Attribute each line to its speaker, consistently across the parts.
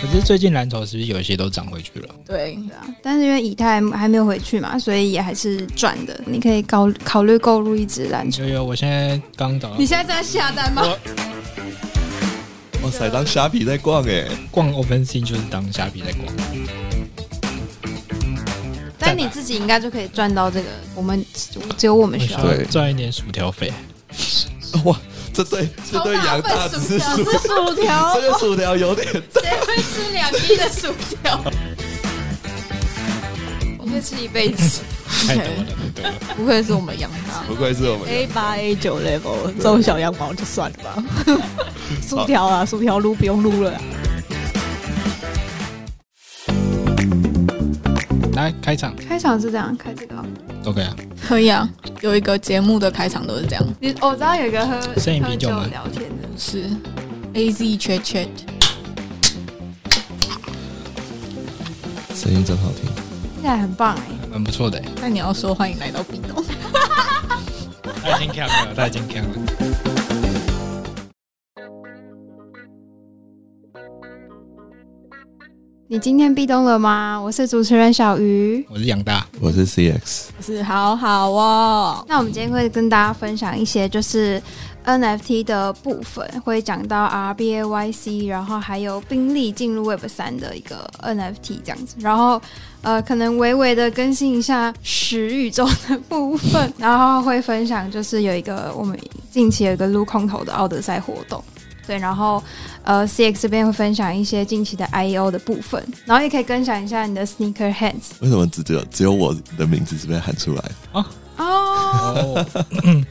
Speaker 1: 可是最近蓝筹是不是有一些都涨回去了？
Speaker 2: 对，
Speaker 3: 对啊，但是因为以太还没有回去嘛，所以也还是赚的。你可以考考虑购入一只蓝筹。
Speaker 1: 有有，我现在刚
Speaker 3: 嗯
Speaker 1: 找到
Speaker 2: 你现在在下单吗？
Speaker 4: 哇塞，当虾皮在逛哎、
Speaker 1: 逛 OpenSea 就是当虾皮在逛。
Speaker 3: 但你自己应该就可以赚到这个，我们只有我们
Speaker 1: 我
Speaker 3: 需
Speaker 1: 需
Speaker 3: 要。
Speaker 1: 要
Speaker 4: 对
Speaker 1: 赚一点薯条费，
Speaker 4: 哇，这对这对
Speaker 2: 超
Speaker 4: 杨
Speaker 2: 大
Speaker 4: 大
Speaker 2: 份
Speaker 4: 只
Speaker 2: 薯
Speaker 4: 是
Speaker 2: 条
Speaker 4: 薯，这，
Speaker 2: 是薯条
Speaker 4: 个薯条有点
Speaker 2: 谁会吃两亿的薯 条？我会吃一辈子，
Speaker 1: 太多了，太多了。
Speaker 2: 不愧是我们养大。
Speaker 4: 不愧是我们的
Speaker 5: A 八 A 九 level 这种小羊毛就算了吧，薯条啊，薯条撸不用撸了啦。
Speaker 1: 来开场
Speaker 3: 开场是这样，开这个哦。
Speaker 1: ，OK 啊？
Speaker 2: 可以啊，有一个节目的开场都是这样，
Speaker 3: 你哦我知道有一个喝
Speaker 1: 生饮啤
Speaker 3: 喝
Speaker 1: 酒
Speaker 3: 酒
Speaker 1: 吗
Speaker 3: 聊天的，
Speaker 2: 是 A Z Chat Chat。
Speaker 4: 声音真好听。
Speaker 3: 现在很棒哎。
Speaker 1: 蛮不错的欸。
Speaker 2: 那你要说欢迎来到冰岛，
Speaker 1: 他已经看了，他已经看了。
Speaker 3: 你今天壁咚了吗？我是主持人小鱼。
Speaker 1: 我是杨大，
Speaker 4: 我是 CX，
Speaker 2: 是好好哦。
Speaker 3: 那我们今天会跟大家分享一些就是 NFT 的部分，会讲到 RBAYC，然后还有宾利进入 Web 三的一个 NFT 这样子，然后呃可能微微的更新一下时宇宙的部分， 然后会分享就是有一个我们近期有一个撸空投的奥德赛活动。对，然后呃，CX 这边会分享一些近期的 IEO 的部分，然后也可以分享一下你的 sneaker hands
Speaker 4: 为什么只只有只有我的名字是被喊出来？
Speaker 3: 哦
Speaker 1: 哦，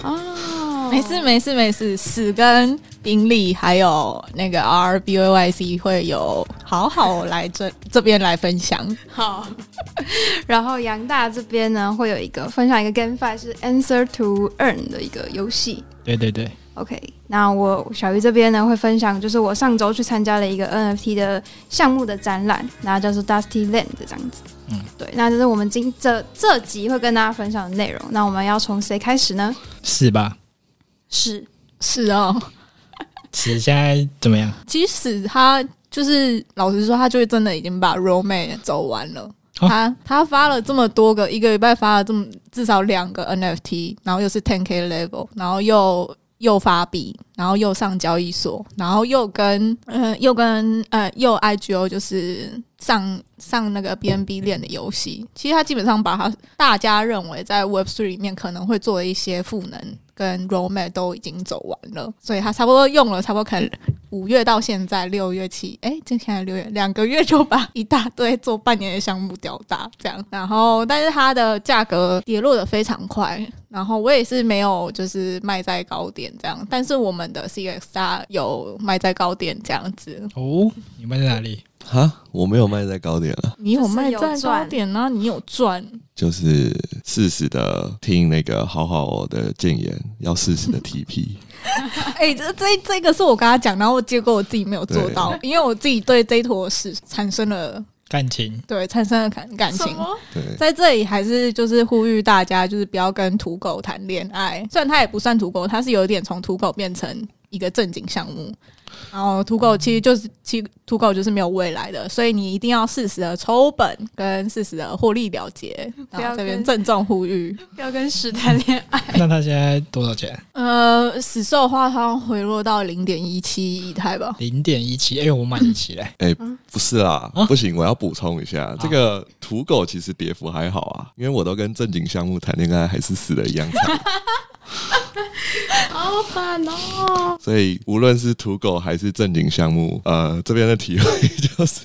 Speaker 3: 哦，
Speaker 2: 没事没事没事，死跟宾利还有那个 R B Y Y C 会有好好来这这边来分享。
Speaker 3: 好， 然后杨大这边呢会有一个分享一个 GameFi 是 Answer to Earn 的一个游戏。
Speaker 1: 对对对，
Speaker 3: OK，那我小鱼这边呢会分享，就是我上周去参加了一个 NFT 的项目的展览，然后叫做 Dusty Land 这样子。
Speaker 1: 嗯，
Speaker 3: 对，那这是我们今这这集会跟大家分享的内容。那我们要从谁开始呢？
Speaker 1: 是吧？
Speaker 3: 是
Speaker 2: 是哦，
Speaker 1: 是现在怎么样？
Speaker 2: 其实他就是老实说，他就真的已经把 Romance 走完了。
Speaker 1: 哦
Speaker 2: 他他发了这么多个，一个礼拜发了这么至少两个 NFT，然后又是 Ten K level，然后又又发币，然后又上交易所，然后又跟呃又跟呃又 IGO 就是上上那个 BNB 链的游戏。其实他基本上把他大家认为在 Web Three 里面可能会做的一些赋能跟 Roadmap 都已经走完了，所以他差不多用了差不多可能五月到现在六月起，哎，这现在六月两个月就把一大堆做半年的项目吊打这样，然后但是它的价格跌落的非常快，然后我也是没有就是卖在高点这样，但是我们的 CX 它有卖在高点这样子，
Speaker 1: 哦，你们在哪里？
Speaker 4: 哈，我没有卖在高点了，
Speaker 2: 你有卖
Speaker 3: 就
Speaker 2: 在
Speaker 3: 是有
Speaker 2: 高
Speaker 3: 赚
Speaker 2: 点呢、你有赚，
Speaker 4: 就是适时的听那个好好哦的谏言，要适时的 TP。
Speaker 2: 哎、这这这个是我跟他讲，然后结果我自己没有做到，因为我自己对这一坨屎产生了
Speaker 1: 感情
Speaker 2: 对产生了感感情。
Speaker 4: 对，
Speaker 2: 在这里还是就是呼吁大家，就是不要跟土狗谈恋爱。虽然它也不算土狗，它是有一点从土狗变成一个正经项目。然后土狗其实就是，其实土狗就是没有未来的，所以你一定要适时的抽本跟适时的获利了结。
Speaker 3: 不
Speaker 2: 然
Speaker 3: 要
Speaker 2: 后
Speaker 3: 跟
Speaker 2: 这边郑重呼吁，
Speaker 3: 不要跟史谈恋 爱。
Speaker 1: 那他现在多少钱？
Speaker 2: 呃，死兽的话，它回落到零点一七以太吧。
Speaker 1: 零点一七，哎，我买一起嘞。
Speaker 4: 哎不是啦
Speaker 1: 啊，
Speaker 4: 不行，我要补充一下，这个土狗其实跌幅还好啊，因为我都跟正经项目谈恋爱，还是死的一样惨。
Speaker 3: 好烦哦！
Speaker 4: 所以无论是土狗还是正经项目，呃，这边的体会就是，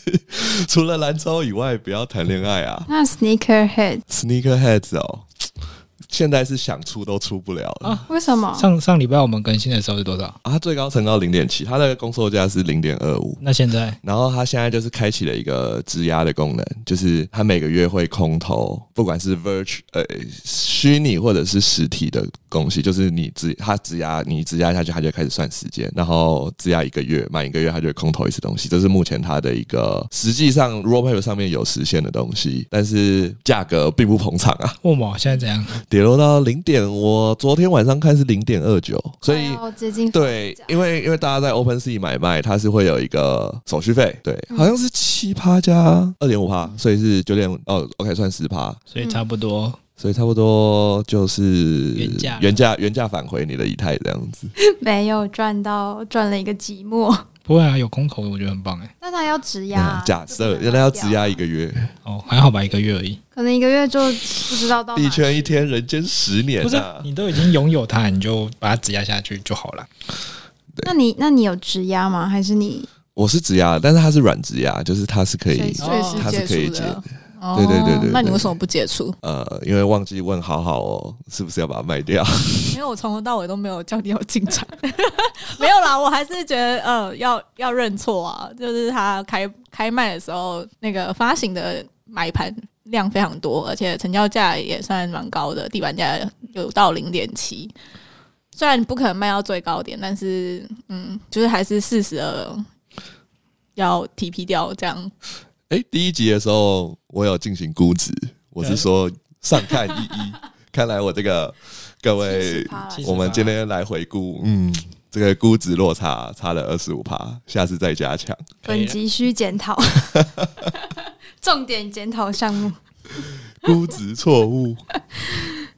Speaker 4: 除了兰州以外，不要谈恋爱啊
Speaker 3: 那 Sneaker Head
Speaker 4: ，sneakerheads 哦，现在是想出都出不了了。
Speaker 1: 啊
Speaker 4: 啊
Speaker 3: 为什么？
Speaker 1: 上上礼拜我们更新的时候是多少？
Speaker 4: 它最高层到零点七，它的公售价是零点二五，
Speaker 1: 那现在
Speaker 4: 然后它现在就是开启了一个质押的功能，就是它每个月会空投，不管是 virtual 呃虚拟或者是实体的东西，就是你质它质押，你质押下去，它就开始算时间，然后质押一个月，满一个月它就会空投一次东西，这是目前它的一个实际上 r o p a p 上面有实现的东西，但是价格并不捧场啊，
Speaker 1: 我嘛，哦现在怎样？
Speaker 4: 跌落到啊零点，我昨天晚上看是零点二九，所以。
Speaker 3: 哦接近
Speaker 4: 对，因为因为大家在 OpenSea 买卖，它是会有一个手续费，对，
Speaker 3: 嗯
Speaker 4: 好像是七趴加二点五趴，所以是九点哦，OK，算十趴，
Speaker 1: 所以差不多。
Speaker 4: 所以差不多就是
Speaker 1: 原价
Speaker 4: 原价原价返回你的以太这样子。
Speaker 3: 没有赚到，赚了一个寂寞。
Speaker 1: 不会啊，有空投我觉得很棒哎。
Speaker 3: 那他要质押啊、
Speaker 4: 嗯假
Speaker 3: 就
Speaker 4: 设
Speaker 3: 不能
Speaker 4: 原来要
Speaker 3: 掉啊
Speaker 4: 质押一，个月，
Speaker 1: 哦，还好吧，一个月而已。
Speaker 3: 可能一个月就不知道到哪
Speaker 4: 币圈一天人间十年
Speaker 1: 不是
Speaker 4: 啊，
Speaker 1: 你都已经拥有它，你就把它质押下去就好了。
Speaker 3: 那你那你有质押吗？还是你
Speaker 4: 我是质押，但是它是软质押，就是它是可以
Speaker 2: 随
Speaker 1: 它
Speaker 4: 是
Speaker 2: 时
Speaker 4: 可以
Speaker 2: 解除
Speaker 4: 解
Speaker 2: 的
Speaker 4: 的。
Speaker 2: 哦
Speaker 4: 对对对对
Speaker 2: 那你
Speaker 4: 对
Speaker 2: 为什么不解除？
Speaker 4: 呃，因为忘记问好好哦，是不是要把它卖掉？
Speaker 2: 因为我从头到尾都没有叫你有进场， 没有啦，我还是觉得呃，要要认错啊，就是他开开卖的时候，那个发行的买盘量非常多，而且成交价也算蛮高的，地板价有到零点七，虽然不可能卖到最高点，但是嗯，就是还是适时的要 TP 掉这样。
Speaker 4: 哎、第一集的时候我有进行估值，我是说上看 一一，看来我这个各位
Speaker 3: 70%啦
Speaker 1: 其实
Speaker 4: 我们今天来回估，嗯，这个估值落差差了二十五趴，下次再加强。
Speaker 1: 可以了
Speaker 3: 本急需检讨，
Speaker 4: 哎
Speaker 3: 重点检讨项目。
Speaker 4: 估值错误，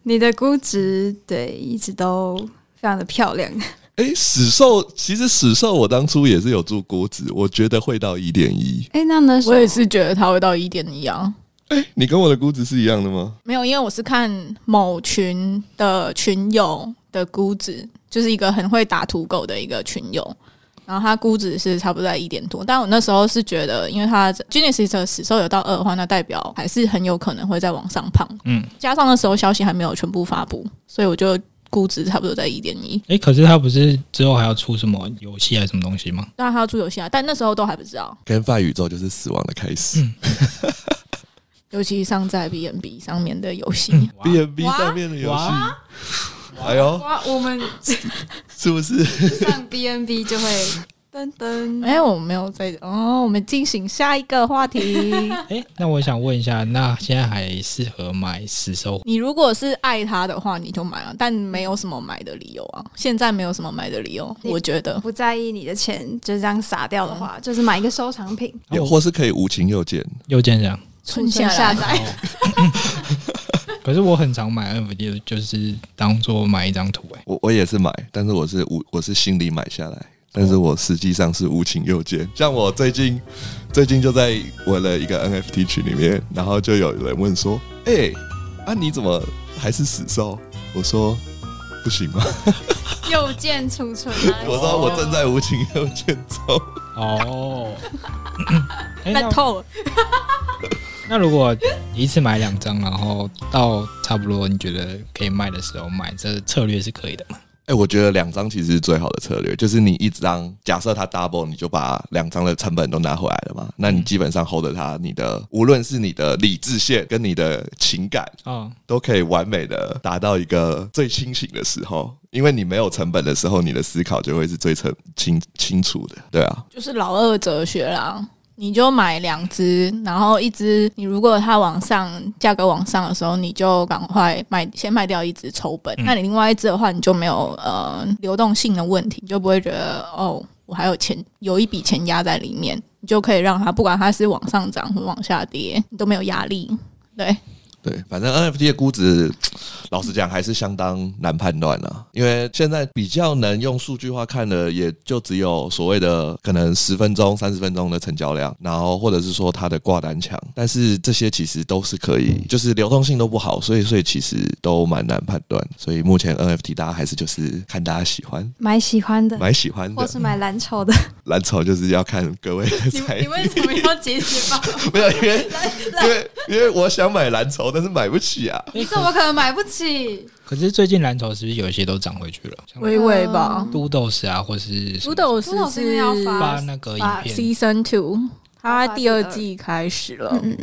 Speaker 3: 你的估值对一直都非常的漂亮，
Speaker 4: 哎、史兽其实史兽我当初也是有做估值，我觉得会到一点一。
Speaker 3: 哎、那呢？
Speaker 2: 我也是觉得它会到一点一啊样。
Speaker 4: 哎、你跟我的估值是一样的吗？
Speaker 2: 没有，因为我是看某群的群友的估值，就是一个很会打土狗的一个群友，然后他估值是差不多在一点多，但我那时候是觉得，因为他 Genesis 的死兽有到二的话，那代表还是很有可能会再往上胖，
Speaker 1: 嗯，
Speaker 2: 加上那时候消息还没有全部发布，所以我就估值差不多在一点一。
Speaker 1: 哎，可是它不是之后还要出什么游戏还是什么东西吗？
Speaker 2: 当然他要出游戏啊，但那时候都还不知道，
Speaker 4: 跟发宇宙就是死亡的开始。
Speaker 3: 嗯
Speaker 2: 尤其上在 B N B 上面的游戏。
Speaker 1: 哇
Speaker 4: B N B
Speaker 3: 哇
Speaker 4: 上面的游戏，
Speaker 1: 哇
Speaker 4: 哎呦，
Speaker 3: 哇，我们
Speaker 4: 是不是？
Speaker 3: 上 BNB 就会噔噔。
Speaker 2: 哎、我没有在哦，我们进行下一个话题。
Speaker 1: 哎，那我想问一下，那现在还适合买死兽？
Speaker 2: 你如果是爱他的话，你就买啊，但没有什么买的理由啊。现在没有什么买的理由，
Speaker 3: 你
Speaker 2: 我觉得。
Speaker 3: 不在意你的钱就这样撒掉的话，就是买一个收藏品，
Speaker 4: 也或是可以无情又见，
Speaker 1: 右键这样。
Speaker 2: 存
Speaker 3: 存下
Speaker 2: 下来
Speaker 3: 载。
Speaker 1: 可是我很常买 NFT，就是当做买一张图哎、
Speaker 4: 我我也是买，但是我是无我是心里买下来，但是我实际上是无情又见。像我最近最近就在我的一个 N F T 群里面，然后就有人问说：“哎、啊你怎么还是死兽？”我说：“不行吗？”！
Speaker 3: 又见储存啊
Speaker 4: 我说我正在无情又见中。
Speaker 1: 哦，哎
Speaker 2: 烂
Speaker 1: 那
Speaker 2: 透了，
Speaker 1: 那如果一次买两张，然后到差不多你觉得可以卖的时候买，这策略是可以的嘛？
Speaker 4: 哎、我觉得两张其实是最好的策略，就是你一张假设它 double，你就把两张的成本都拿回来了嘛。那你基本上 hold 着它，你的无论是你的理智线跟你的情感，
Speaker 1: 哦，
Speaker 4: 都可以完美的达到一个最清醒的时候。因为你没有成本的时候，你的思考就会是最清清清楚的。对啊，
Speaker 2: 就是老二哲学啦。你就买两只，然后一只你如果它往上价格往上的时候，你就赶快卖，先卖掉一只抽本。那你另外一只的话，你就没有呃流动性的问题，你就不会觉得哦，我还有钱，有一笔钱压在里面，你就可以让它不管它是往上涨或往下跌，你都没有压力。对，
Speaker 4: 对，反正 NFT 的估值，老实讲还是相当难判断啊。因为现在比较能用数据化看的，也就只有所谓的可能十分钟、三十分钟的成交量，然后或者是说它的挂单墙。但是这些其实都是可以，就是流动性都不好，所以所以其实都蛮难判断。所以目前 NFT 大家还是就是看大家喜欢，
Speaker 3: 买喜欢的，
Speaker 4: 蛮喜欢的
Speaker 3: 或。是买蓝筹的。
Speaker 4: 蓝筹就是要看各位的
Speaker 3: 你
Speaker 4: 财
Speaker 3: 你
Speaker 4: 力，
Speaker 3: 为什么要解决 吧？
Speaker 4: 没有因为因为因为我想买蓝筹，但是买不起啊。
Speaker 3: 你怎么可能买不起？
Speaker 1: 可是最近蓝筹是不是有一些都涨回去了？像
Speaker 2: 微微吧。
Speaker 1: 都豆是啊，或是什
Speaker 2: 朱
Speaker 1: 么
Speaker 2: 斗
Speaker 3: 朱斗
Speaker 2: 士
Speaker 3: 士是
Speaker 2: 啊
Speaker 3: 要发
Speaker 1: 发那个影片，
Speaker 2: Season Two，它
Speaker 3: 发
Speaker 2: 第二
Speaker 3: 第二
Speaker 2: 季开始了。
Speaker 3: 嗯，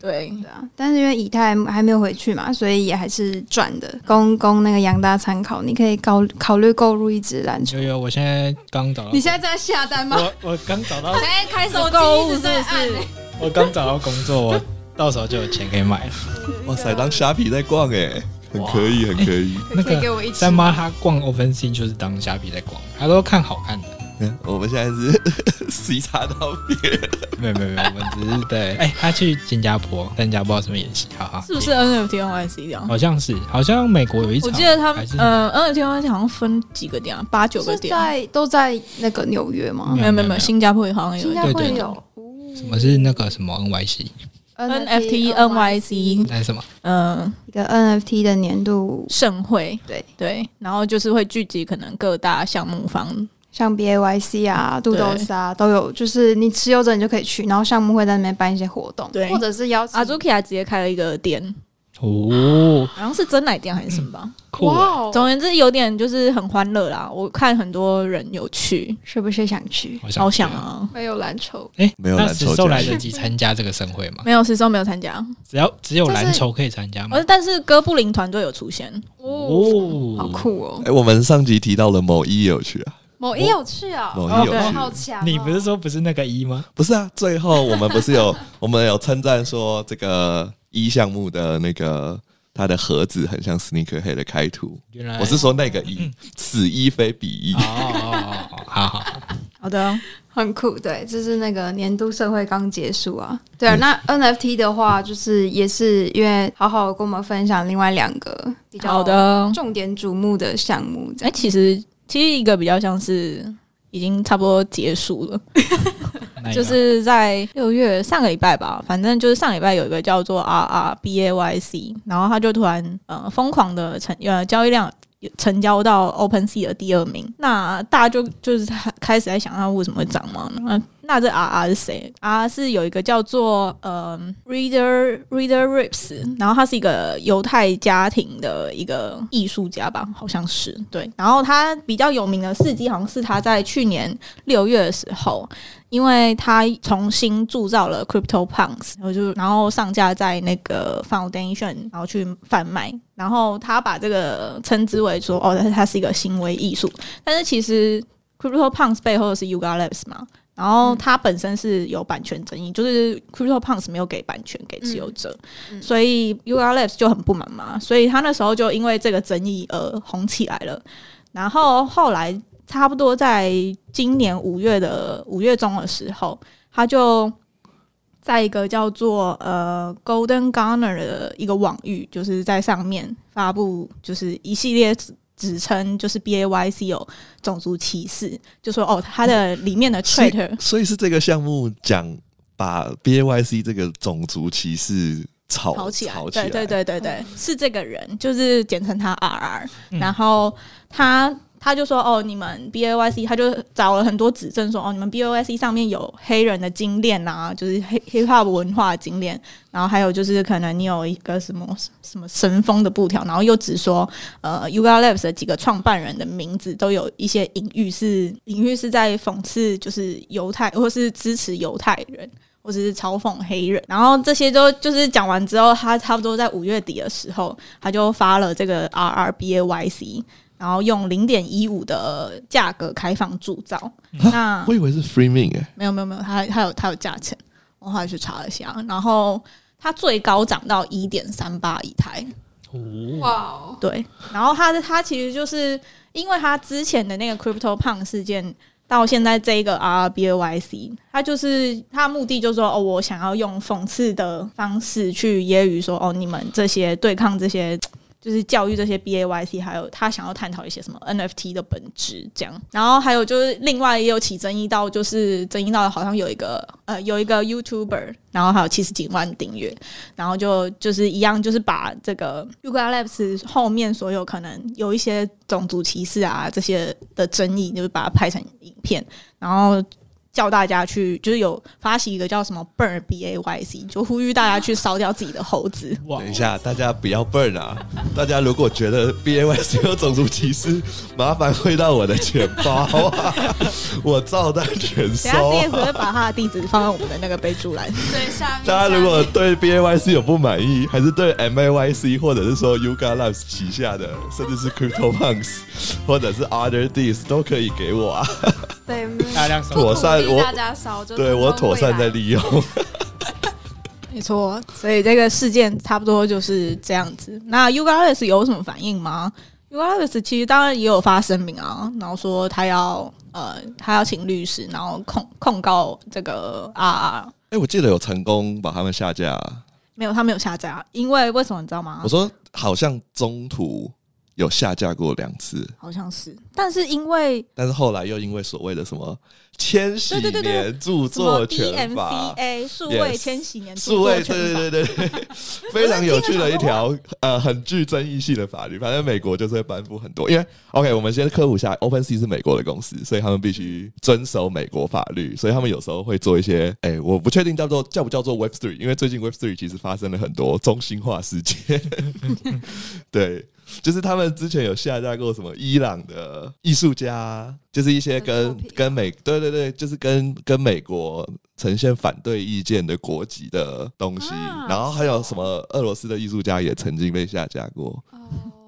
Speaker 6: 对，
Speaker 3: 对啊，但是因为以太还没有回去嘛，所以也还是赚的，供供那个杨大参考。你可以考考虑购入一只蓝筹。
Speaker 1: 有有，我现在刚找到，
Speaker 3: 你现在在下单 吗？
Speaker 1: 啊我我刚找到，
Speaker 3: 哎，开始
Speaker 6: 购物是不是？
Speaker 1: 我刚找到工作，我到时候就有钱可以 买了。
Speaker 4: 哇哦塞，当虾皮在逛哎、很可以，很可以。
Speaker 1: 那
Speaker 3: 欸可以给
Speaker 1: 个
Speaker 3: 我一只
Speaker 1: 三妈她逛 OpenSea 就是当虾皮在逛，她都看好看的。
Speaker 4: 嗯我们现在是 谁查到别人？
Speaker 1: 没有没有没有，我们只是对， 哎、她去新加坡，但新加坡不知道什么演习，哈哈。
Speaker 2: 是不是 NFT NYC 这样？
Speaker 1: 好像是，好像美国有一场，
Speaker 2: 我记得他们
Speaker 1: 还是
Speaker 2: 呃 NFT NYC 好像分几个点啊，八九个
Speaker 3: 是
Speaker 2: 点。
Speaker 3: 在都在那个纽约吗？
Speaker 2: 没有没有没有，新加坡好像有
Speaker 3: 新
Speaker 2: 一
Speaker 3: 加
Speaker 2: 个。
Speaker 3: 坡
Speaker 1: 对对
Speaker 3: 也
Speaker 1: 对
Speaker 3: 有哦
Speaker 1: 什么是那个什么 NYC，
Speaker 2: NFT
Speaker 3: NYC
Speaker 2: NYC
Speaker 1: 那是什么？
Speaker 2: 嗯
Speaker 3: 一个 NFT 的年度，
Speaker 2: 盛会，
Speaker 3: 对
Speaker 2: 对，然后就是会聚集可能各大项目方，
Speaker 3: 像 BAYC 啊、杜豆
Speaker 2: 对
Speaker 3: 沙、啊、都有，就是你持有者你就可以去，然后项目会在那边办一些活动，
Speaker 2: 对
Speaker 3: 或者是邀请
Speaker 2: 阿。朱 k i 还直接开了一个店，
Speaker 1: 哦，
Speaker 2: 好像是真奶店还是什么吧。
Speaker 1: 酷哎、
Speaker 3: 哦
Speaker 2: 总而言之，有点就是很欢乐啦。我看很多人有去，
Speaker 3: 是不是想去？
Speaker 1: 好
Speaker 2: 好
Speaker 1: 去
Speaker 2: 想！啊。
Speaker 3: 没有蓝筹，
Speaker 1: 哎、
Speaker 4: 没有
Speaker 1: 那
Speaker 4: 篮
Speaker 1: 只
Speaker 4: 球
Speaker 1: 售
Speaker 4: 架
Speaker 1: 来得及参加这个盛会吗？
Speaker 2: 没有，时钟没有参加，
Speaker 1: 只要只有
Speaker 3: 就是
Speaker 1: 篮球可以参加吗
Speaker 2: 而？嗯但是哥布林团队有出现，
Speaker 1: 哦，
Speaker 3: 好！酷哦
Speaker 4: 哎、！我们上集提到了某一也有去啊，
Speaker 3: 某一有趣啊，
Speaker 4: 某一有
Speaker 1: 哦
Speaker 4: 去，
Speaker 3: 好强哦！
Speaker 1: 你不是说不是那个一吗？
Speaker 4: 不是啊？最后我们不是有我们有称赞说这个一项目的那个它的盒子很像 sneaker head 的开图，
Speaker 1: 原来
Speaker 4: 我是说那个一，此一非彼一
Speaker 1: 哦。哦哦哦，好好，
Speaker 2: 好的，
Speaker 3: 很酷，对，这是那个年度社会刚结束啊。对啊，
Speaker 4: 嗯
Speaker 3: 那 NFT 的话，就是也是因为好好跟我们分享另外两个比较
Speaker 2: 好的。
Speaker 3: 重点瞩目的项目，这
Speaker 2: 哎、
Speaker 3: 样
Speaker 2: 其实其实一个比较像是已经差不多结束了，
Speaker 1: 那一个
Speaker 2: 就是在六月上个礼拜吧，反正就是上礼拜有一个叫做 R R B A Y C，然后他就突然呃疯狂的成呃交易量。成交到 OpenSea 的第二名，那大家就就是开始在想，那为什么会涨嘛？那那这 RR 是谁？RR 是有一个叫做呃 Reader Reader Rips，然后他是一个犹太家庭的一个艺术家吧，好像是对。然后他比较有名的事迹，好像是他在去年六月的时候，因为他重新铸造了 Crypto Punks，然后就然后上架在那个 Foundation，然后去贩卖。然后他把这个称之为说，哦，它它是一个行为艺术。但是其实 Crypto Punks 背后是 Yuga Labs 嘛，然后
Speaker 3: 嗯
Speaker 2: 它本身是有版权争议，就是 Crypto Punks 没有给版权给持有者，
Speaker 3: 嗯嗯
Speaker 2: 所以 Yuga Labs 就很不满嘛，所以他那时候就因为这个争议而红起来了。然后后来差不多在今年五月的五月中的时候，他就在一个叫做呃 Golden Garner 的一个网域，就是在上面发布就是一系列指指称就是 B A Y C 有种族歧视，就说哦他的里面的
Speaker 4: 所以
Speaker 2: traitor
Speaker 4: 所以是这个项目讲把 B A Y C 这个种族歧视炒
Speaker 2: 吵起来，
Speaker 4: 炒
Speaker 2: 对对对对对，是这个人，就是简称他 RR，、
Speaker 1: 嗯
Speaker 2: 然后他。他就说：“哦，你们 B A Y C，他就找了很多指证说，哦，你们 B A Y C 上面有黑人的精炼啊，就是黑 hip hop 文化的精炼，然后还有就是可能你有一个什么什么神风的布条，然后又只说呃 Yuga Labs 的几个创办人的名字都有一些隐喻是隐喻是在讽刺，就是犹太或是支持犹太人。或者是嘲讽黑人，然后这些都就是讲完之后，他差不多在五月底的时候，他就发了这个 R R B A Y C，然后用零点一五的价格开放铸造。那
Speaker 4: 我以为是 Freeing 哎、
Speaker 2: 没有没有没有，它它有它有价钱，我后来去查了一下，然后它最高涨到一点三八以太，
Speaker 1: 哦，
Speaker 3: 哇哦，
Speaker 2: 对，然后它的它其实就是因为它之前的那个 Crypto Punk 事件。到现在这个 R B A Y C，它就是它的目的就是说，哦，我想要用讽刺的方式去揶揄说，哦，你们这些对抗这些就是教育这些 B A Y C，还有他想要探讨一些什么 N F T 的本质这样。然后还有就是另外也有起争议到，就是争议到好像有一个呃有一个 YouTuber，然后还有七十几万订阅，然后就就是一样就是把这个 Yuga Labs 后面所有可能有一些种族歧视啊这些的争议，就是把它拍成影片，然后。叫大家去，就是有发起一个叫什么 “burn b a y c”，就呼吁大家去烧掉自己的猴子。
Speaker 1: 哇
Speaker 4: 等一下，大家不要 burn 啊！大家如果觉得 B A Y 是有种族歧视，麻烦汇到我的钱包 啊，我照单全收
Speaker 2: 等一下 CS
Speaker 4: 啊、
Speaker 2: 会把他的地址放在我们的那个备注栏。
Speaker 3: 最下面
Speaker 4: 大家如果对 B A Y C 有不满意，还是对 M A Y C 或者是说 Yuga Labs 旗下的，甚至是 Crypto Punks 或者是 Other d i s 都可以给我啊，
Speaker 3: 对嗯
Speaker 1: 大量收
Speaker 4: 我妥善
Speaker 3: 鼓励
Speaker 4: 我
Speaker 3: 大家少就
Speaker 4: 对我妥善在
Speaker 3: 里。
Speaker 4: 利用。
Speaker 2: 没错，所以这个事件差不多就是这样子。那 u g a l s 有什么反应吗 u g a l s 其实当然也有发声明啊，然后说他要呃，他要请律师，然后控控告这个啊，
Speaker 4: 哎、我记得有成功把他们下架、
Speaker 2: 没有，他没有下架，因为为什么你知道吗
Speaker 4: 我？说好像中途有下架过两次，
Speaker 2: 好像是，但是因为
Speaker 4: 但是后来又因为所谓的什么千禧
Speaker 2: 对对对
Speaker 4: 年著
Speaker 2: 什
Speaker 4: 作
Speaker 2: 么
Speaker 4: 权法。
Speaker 2: DMCA 数位
Speaker 4: Yes
Speaker 2: 千禧年
Speaker 4: 数
Speaker 2: 著作
Speaker 4: 位
Speaker 2: 权
Speaker 4: 对
Speaker 2: 法，
Speaker 4: 对对对 对，非常有趣的一条呃很具争议性的法律。反正美国就是会颁布很多，因为 OK，我们先科普一下，OpenSea 是美国的公司，所以他们必须遵守美国法律，所以他们有时候会做一些，哎、我不确定叫做叫不叫做 Web Three，因为最近 Web Three 其实发生了很多中心化事件， 对。就是他们之前有下架过什么伊朗的艺术家，就是一些
Speaker 3: 作
Speaker 4: 跟
Speaker 3: 品
Speaker 4: 跟美对对对，就是跟跟美国呈现反对意见的国籍的东西，
Speaker 3: 啊
Speaker 4: 然后还有什么俄罗斯的艺术家也曾经被下架过，
Speaker 3: 哦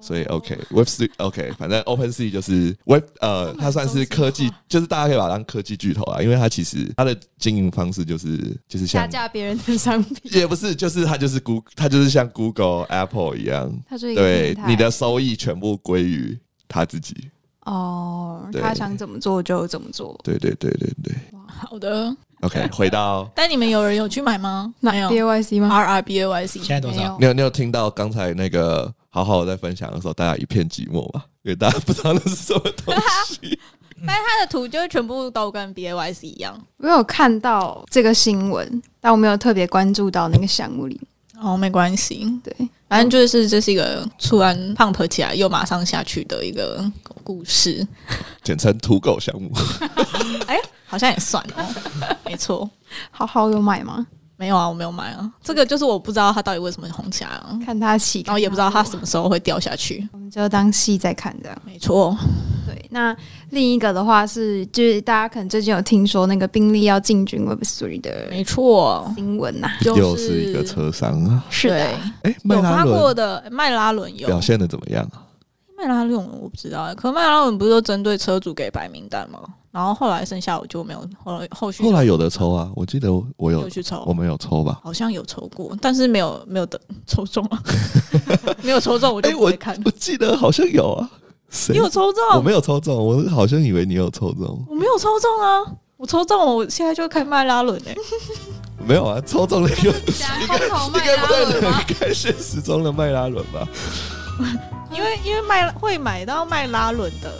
Speaker 4: 所以 OK Web Three OK，反正 Open Sea 就是 Web 呃，它算是科技
Speaker 3: 中心化，
Speaker 4: 就是大家可以把它当科技巨头啊，因为它其实它的经营方式就是就是
Speaker 3: 下
Speaker 4: 像
Speaker 3: 架别人的商品，
Speaker 4: 也不是，就是它就是 Google，它就是像 Google Apple 一样，
Speaker 3: 他说一个
Speaker 4: 对
Speaker 3: 平台
Speaker 4: 你的收益全部归于他自己。
Speaker 3: 哦，
Speaker 4: 对
Speaker 3: 他想怎么做就怎么做。
Speaker 4: 对对对对对
Speaker 2: 好的。
Speaker 4: ，OK，回到
Speaker 2: 但你们有人有去买吗？没有
Speaker 3: B Y C 吗？
Speaker 2: ，R R B A Y C
Speaker 1: 现在多
Speaker 3: 没
Speaker 1: 少？
Speaker 3: 有
Speaker 4: 你有你有听到刚才那个好好在分享的时候，大家一片寂寞吗？因为大家不知道那是什么东西。
Speaker 2: 但是它的图就是全部都跟 B A Y C 一样。
Speaker 3: 我有看到这个新闻，但我没有特别关注到那个项目里。
Speaker 2: 哦，没关系，
Speaker 3: 对，
Speaker 2: 反正就是这是一个突然 pump 起来又马上下去的一个故事，
Speaker 4: 简称土狗项目，
Speaker 2: 好像也算 哦，没错。
Speaker 3: 好好有买吗？
Speaker 2: 没有啊，我没有买啊，这个就是我不知道它到底为什么红起来啊，
Speaker 3: 看他起，
Speaker 2: 然后也不知道它
Speaker 3: 他
Speaker 2: 什么时候会掉下去。
Speaker 3: 我们就当戏在看这样。
Speaker 2: 没错，
Speaker 3: 对，那另一个的话是，就是大家可能最近有听说那个宾利要进军 Web Three 的
Speaker 2: 没错，
Speaker 3: 新闻啊 呐、
Speaker 2: 就
Speaker 4: 又是一个车商啊！
Speaker 3: 是的，
Speaker 4: 哎，
Speaker 2: 对
Speaker 4: 麦
Speaker 2: 有
Speaker 4: 拉
Speaker 2: 发过
Speaker 4: 伦
Speaker 2: 的麦拉伦有
Speaker 4: 表现的怎么样啊？
Speaker 2: 麦拉伦我不知道欸，可麦拉伦不是都针对车主给白名单吗？然后后来剩下我就没有，后来后续
Speaker 4: 后来有的抽啊，我记得我我有
Speaker 2: 有去抽，
Speaker 4: 我们有抽吧？
Speaker 2: 好像有抽过，但是没有没有的抽中 啊，没有抽中我就
Speaker 4: 哎，
Speaker 2: 不
Speaker 4: 我
Speaker 2: 会看。
Speaker 4: 我记得好像有啊，谁
Speaker 2: 你有抽中？
Speaker 4: 我没有抽中，我好像以为你有抽中，
Speaker 2: 我没有抽中啊！我抽中，我现在就开麦拉伦哎、
Speaker 4: 没有啊，抽中了一 个，
Speaker 3: 假空啊头
Speaker 4: 应该不太 能看现实中的麦拉伦吧？
Speaker 2: 因为因为麦拉会买到麦拉伦的，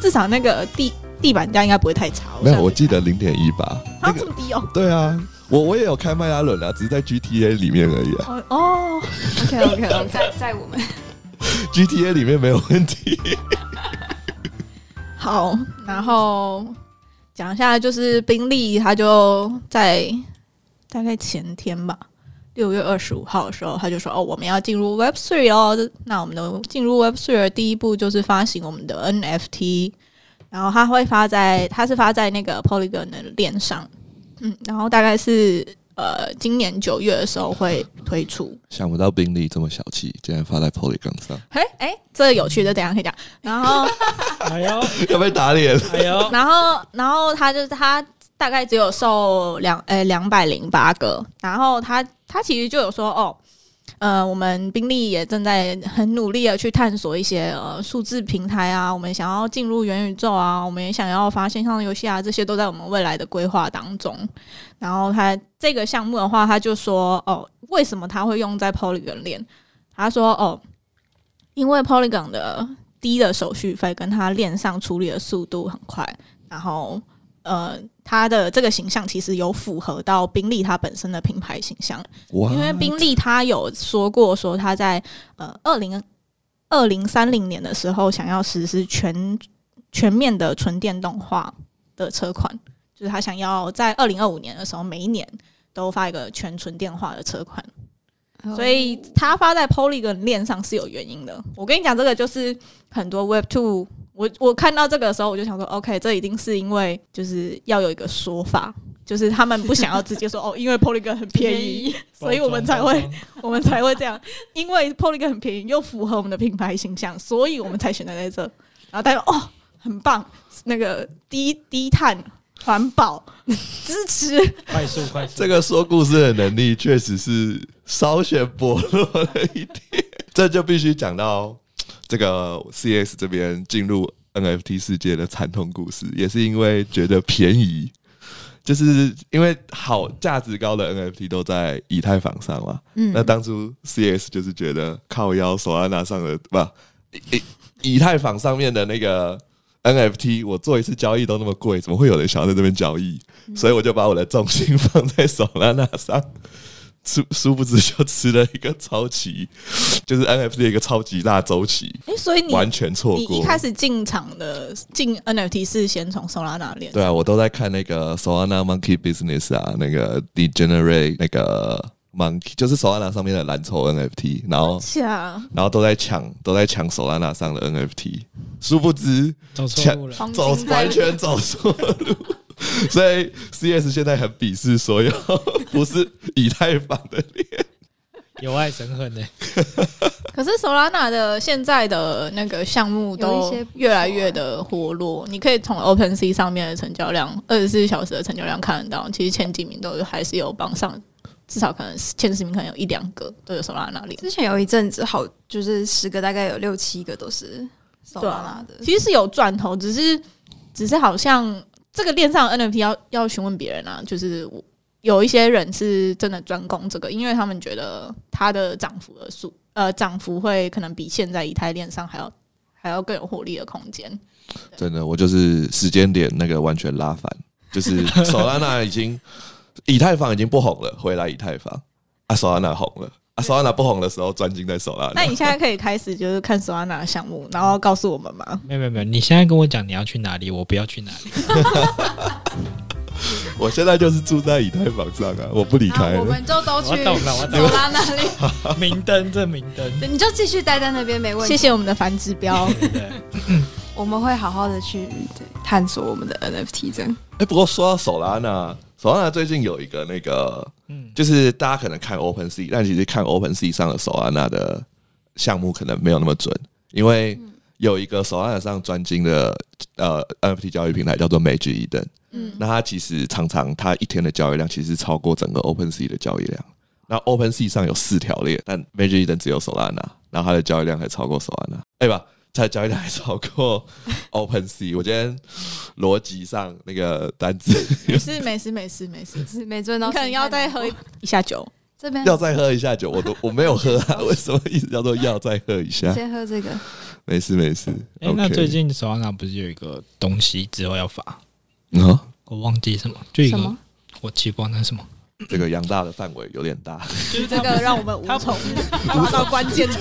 Speaker 2: 至少那个地地板价应该不会太差。
Speaker 4: 没有，
Speaker 2: 想
Speaker 4: 我记得零点一八，那
Speaker 2: 啊
Speaker 4: 个
Speaker 2: 这么低哦、
Speaker 4: 对啊，我我也有开麦拉伦啊，只是在 GTA 里面而已啊
Speaker 2: 哦哦，
Speaker 3: OK OK，在在我们
Speaker 4: ，GTA 里面没有问题。
Speaker 2: 好，然后讲一下，就是宾利，他就在大概前天吧，六月二十五号的时候，他就说：“哦，我们要进入 Web Three 哦。这那我们的进入 Web Three 的第一步就是发行我们的 NFT，然后它会发在，它是发在那个 Polygon 的链上，嗯，然后大概是呃今年九月的时候会推出。
Speaker 4: 想不到宾利这么小气，竟然发在 Polygon 上，
Speaker 2: 嘿，哎，这有趣的，等一下可以讲。然后。”
Speaker 1: 哎呦
Speaker 4: 要被打脸。
Speaker 1: 哎呦，
Speaker 2: 然后，然后他就是他大概只有售两呃两百零八个，然后他他其实就有说哦。呃，我们宾利也正在很努力的去探索一些呃数字平台啊，我们想要进入元宇宙啊，我们也想要发线上游戏啊，这些都在我们未来的规划当中。然后他这个项目的话，他就说哦，为什么他会用在 Polygon 链？他说哦，因为 Polygon 的低的手续费跟它链上处理的速度很快，然后呃，它的这个形象其实有符合到宾利它本身的品牌形象，
Speaker 4: 哇
Speaker 2: 因为宾利它有说过说它在呃二零二零三零年的时候想要实施全全面的纯电动化的车款，就是他想要在二零二五年的时候，每一年都发一个全纯电化的车款。
Speaker 4: 哦
Speaker 2: 所以它发在 Polygon 链上是有原因的。我跟你讲，这个就是很多 Web Two，我我看到这个的时候，我就想说，OK，这一定是因为就是要有一个说法，就是他们不想要直接说 哦，因为 Polygon 很便宜，所以我们才会 我们才会这样，因为 Polygon 很便宜，又符合我们的品牌形象，所以我们才选择在这。然后大家哦，很棒，那个低低碳环保支持，
Speaker 1: 快速快速，
Speaker 4: 这个说故事的能力确实是稍显薄弱了一点，这就必须讲到这个 CS 这边进入 NFT 世界的惨痛故事，也是因为觉得便宜，就是因为好价值高的 NFT 都在以太坊上嘛。
Speaker 6: 嗯
Speaker 4: 那当初 CS 就是觉得靠腰手安拿上的不以以以太坊上面的那个 NFT，我做一次交易都那么贵，怎么会有人想要在这边交易？所以我就把我的重心放在手拉那上，殊殊不知就吃了一个超级，就是 NFT 的一个超级大周期，
Speaker 2: 诶哎所以你
Speaker 4: 完全错
Speaker 2: 你
Speaker 4: 过。
Speaker 2: 一开始进场的进 NFT 是先从 Solana 链，
Speaker 4: 对啊，我都在看那个 Solana Monkey Business 啊，那个 Degenerate 那个 Monkey，就是 Solana 上面的蓝筹 NFT，然后
Speaker 2: 是啊，
Speaker 4: 然后都在抢，都在抢 Solana 上的 NFT，殊不知
Speaker 1: 走错路了。
Speaker 6: 黄
Speaker 4: 走
Speaker 6: 金在
Speaker 4: 完全走错路。 所以 CS 现在很鄙视所有不是以太坊的链，
Speaker 1: 有爱神恨呢，
Speaker 2: 可是 Solana 的现在的那个项
Speaker 3: 有
Speaker 2: 目
Speaker 3: 一
Speaker 2: 都
Speaker 3: 些不错欸
Speaker 2: 越来越的活络，你可以从 OpenSea 上面的成交量，二十四小时的成交量看得到，其实前几名都还是有榜上，至少可能前十名可能有一两个都有 Solana 链。
Speaker 3: 之前有一阵子好，就是十个大概有六七个都是手
Speaker 2: 对
Speaker 3: 拉
Speaker 2: 啊
Speaker 3: 拉的，
Speaker 2: 其实是有赚头，只是只是好像这个链上的 NFT 要要询问别人啊，就是我有一些人是真的专攻这个，因为他们觉得它的涨幅的数呃涨幅会可能比现在以太链上还要还要更有获利的空 间。
Speaker 4: 真的，我就是时间点那个完全拉反，就是 Solana 已经以太坊已经不红了，回来以太坊啊，Solana 红了啊，Solana 不红的时候专精在 Solana。
Speaker 2: 那你现在可以开始就是看 Solana 的项目，然后告诉我们吗？
Speaker 1: 没有没有没有，你现在跟我讲你要去哪里，我不要去哪里。
Speaker 4: 我现在就是住在以太坊上啊，我不离
Speaker 3: 然后
Speaker 4: 开了。
Speaker 3: 我们就都去
Speaker 1: 我懂了我懂
Speaker 3: 手拉那里，
Speaker 1: 明灯，这明灯，
Speaker 3: 对你就继续待在那边没问题。
Speaker 2: 谢 谢我们的反指标。
Speaker 1: 对不对？
Speaker 3: 我们会好好的去对探索我们的 NFT 这样。
Speaker 4: 哎、不过说到 Solana，Solana 最近有一个那个，
Speaker 1: 嗯，
Speaker 4: 就是大家可能看 OpenSea，但其实看 OpenSea 上的 Solana 的项目可能没有那么准，因为有一个 Solana 上专精的呃 NFT 交易平台叫做 Magic Eden，
Speaker 2: 嗯，
Speaker 4: 那它其实常常它一天的交易量其实超过整个 OpenSea 的交易量。那 OpenSea 上有四条链，但 Magic Eden 只有 Solana，然后它的交易量还超过 Solana，哎、吧，它的交易量还超过 OpenSea。我今天逻辑上那个单字
Speaker 2: 没事没事没事没事，
Speaker 3: 是没赚
Speaker 2: 你
Speaker 3: 到，
Speaker 2: 可能要再 喝一下酒。
Speaker 3: 这边
Speaker 4: 要再喝一下酒，我都我没有喝啊，为什么一直叫做要再喝一下？
Speaker 3: 先喝这个，
Speaker 4: 没事没事。
Speaker 1: 哎、那最近手上那不是有一个东西之后要罚？
Speaker 4: 啊，
Speaker 1: 我忘记什么，就一
Speaker 3: 什
Speaker 1: 个
Speaker 3: 么
Speaker 1: 我记不到那是什么，
Speaker 4: 这个杨大的范围有点大，
Speaker 1: 就是
Speaker 2: 这个让我们无从 找到关键词。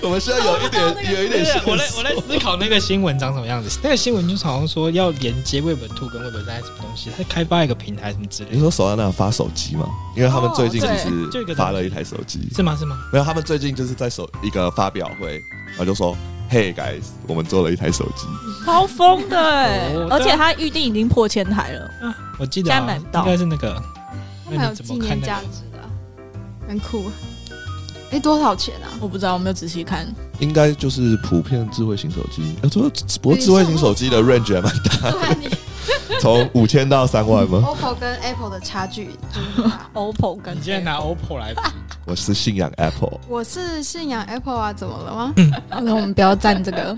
Speaker 4: 我们现在有一点有一点
Speaker 1: 对
Speaker 4: 线
Speaker 1: 啊
Speaker 4: 索
Speaker 1: 我在我在思考那个新闻长什么样子。那个新闻就是好像说要连接 Web Two 跟 Web 三什么东西，他开发一个平台什么之类
Speaker 4: 你
Speaker 1: 的，
Speaker 4: 说手上那发手机吗？因为他们最近
Speaker 2: 哦
Speaker 4: 其
Speaker 2: 对
Speaker 1: 就一
Speaker 4: 实
Speaker 1: 个东西
Speaker 4: 发了一台手机，
Speaker 1: 是吗？是吗？
Speaker 4: 没有，他们最近就是在手一个发表会，然后就说：“Hey guys，我们做了一台手机。
Speaker 2: 超疯的、欸
Speaker 1: 哦，
Speaker 2: 而且它预定已经破千台了，
Speaker 1: 啊，我记得、
Speaker 2: 现在
Speaker 1: 啊、
Speaker 2: 买不到
Speaker 1: 应该是那个，
Speaker 3: 他们
Speaker 1: 那
Speaker 3: 还有
Speaker 1: 你
Speaker 3: 纪
Speaker 1: 怎么看
Speaker 3: 念
Speaker 1: 那
Speaker 3: 价
Speaker 1: 个？
Speaker 3: 值的啊，很酷。啊哎，多少钱啊？
Speaker 2: 我不知道，我没有仔细看。”
Speaker 4: 应该就是普遍智慧型手机。呃，不不过智慧型手机的 range 还蛮
Speaker 3: 对啊，你
Speaker 4: 大，从五千到三万吗？
Speaker 3: OPPO 跟 Apple 的差距就是很大
Speaker 2: OPPO 跟
Speaker 1: 你竟然拿 OPPO 来比，
Speaker 4: 我是信仰 Apple，
Speaker 3: 我是信仰 Apple 啊，怎么了吗？
Speaker 2: 那我们不要站这个，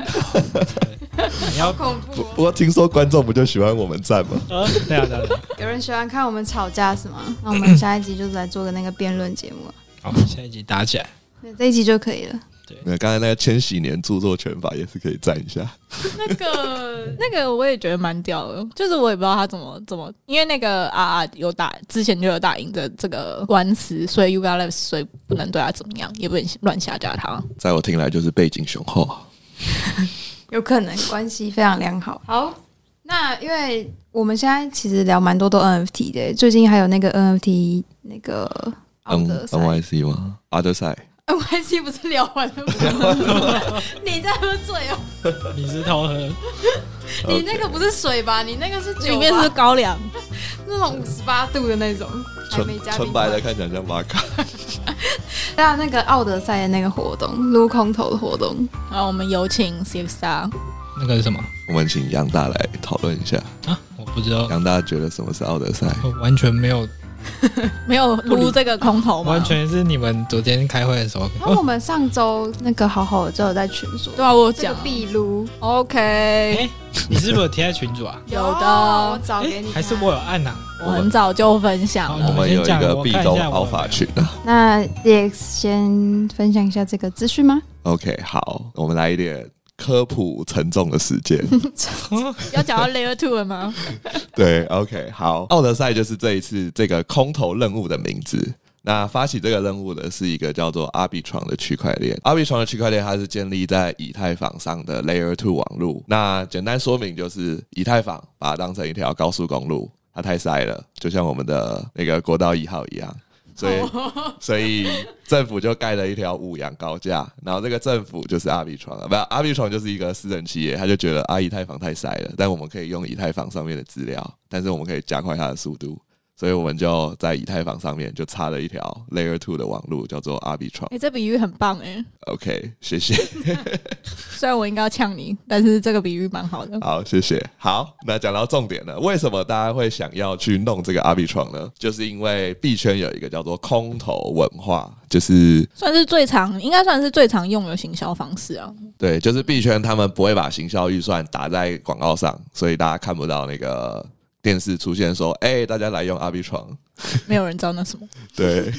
Speaker 1: 你要
Speaker 3: 恐
Speaker 4: 不
Speaker 3: 怖
Speaker 4: 不
Speaker 3: 哦！
Speaker 4: 过听说观众不就喜欢我们赞吗？
Speaker 1: 呃，对啊对啊，对啊
Speaker 3: 有人喜欢看我们吵架是 吗？那我们下一集就来做个那个辩论节目啊，
Speaker 1: 好，下一集打起来。
Speaker 3: 对这一集就可以了。
Speaker 4: 那刚才那个千禧年著作权法也是可以赞一下。
Speaker 2: 那个 那个我也觉得蛮屌的，就是我也不知道他怎么怎么，因为那个啊有打之前就有打赢的这个官司，所以 Yuga Labs 所以不能对他怎么样，也不能乱下架他。
Speaker 4: 在我听来就是背景雄厚。
Speaker 3: 有可能关系非常良好。好，那因为我们现在其实聊蛮多都 NFT 的，最近还有那个 NFT 那个
Speaker 4: N
Speaker 3: Other
Speaker 4: N
Speaker 3: Side
Speaker 4: Y C 吗？Other side，
Speaker 3: NYC 不是聊完了 吗？你在喝醉哦、
Speaker 1: 你是偷喝，
Speaker 3: 你那个不是水吧？你那个是酒吧
Speaker 2: 里面是不是高粱？
Speaker 3: 那种五十八度的那种，还没
Speaker 4: 纯
Speaker 3: 加
Speaker 4: 纯
Speaker 3: 冰
Speaker 4: 白
Speaker 3: 块
Speaker 4: 的，。看起来像玛卡。
Speaker 3: 那那个奥德赛的那个活动，撸空投的活动，
Speaker 2: 然后我们有请 Six Star，
Speaker 1: 那个是什么
Speaker 4: 我们请杨大来讨论一下，
Speaker 1: 啊？我不知道，
Speaker 4: 杨大觉得什么是奥德赛？
Speaker 1: 我完全没有，
Speaker 2: 没有撸这个啊空投吗？
Speaker 1: 完全是你们昨天开会的时候。
Speaker 3: 然
Speaker 1: 哦
Speaker 3: 后我们上周那个好好的就有在群说，
Speaker 2: 对啊，我有
Speaker 3: 这个
Speaker 2: 讲啊
Speaker 3: 壁撸
Speaker 6: OK，
Speaker 1: 哎，你是不是有贴在群主啊？
Speaker 2: 有的
Speaker 3: 哎我找给你看。
Speaker 1: 还是我有按啊？
Speaker 2: 我很早就分享
Speaker 1: 好
Speaker 4: 我
Speaker 2: 了。
Speaker 4: 们有一个壁
Speaker 1: 先讲我看
Speaker 4: 咚
Speaker 1: 一下我
Speaker 4: Alpha 群啊。
Speaker 3: 那 DX 先分享一下这个资讯吗？
Speaker 4: OK，好，我们来一点科普沉重的事件。
Speaker 2: 要讲到 Layer Two 了吗？
Speaker 4: 对，OK，好，奥德赛就是这一次这个空投任务的名字。那发起这个任务的是一个叫做 Arbitron 的区块链。Arbitron 的区块链它是建立在以太坊上的 Layer Two 网络。那简单说明就是，以太坊把它当成一条高速公路，它太塞了，就像我们的那个国道一号一样。所以， 所以政府就盖了一条五羊高架，然后这个政府就是阿比床了，不，阿比床就是一个私人企业，他就觉得啊，以太坊太塞了，但我们可以用以太坊上面的资料，但是我们可以加快它的速度， 所以我们就在以太坊上面就插了一条 Layer Two 的网路，叫做阿比床。
Speaker 2: 哎，这比喻很棒哎，
Speaker 4: OK，谢谢。
Speaker 2: 虽然我应该要呛你，但是这个比喻蛮好的。
Speaker 4: 好，谢谢。好，那讲到重点了，为什么大家会想要去弄这个阿比床呢？就是因为币圈有一个叫做空投文化，就是
Speaker 2: 算是最常，应该算是最常用的行销方式啊。
Speaker 4: 对，就是币圈他们不会把行销预算打在广告上，所以大家看不到那个电视出现说：“哎、大家来用阿比床。
Speaker 2: 没有人知道那什么，”
Speaker 4: 对，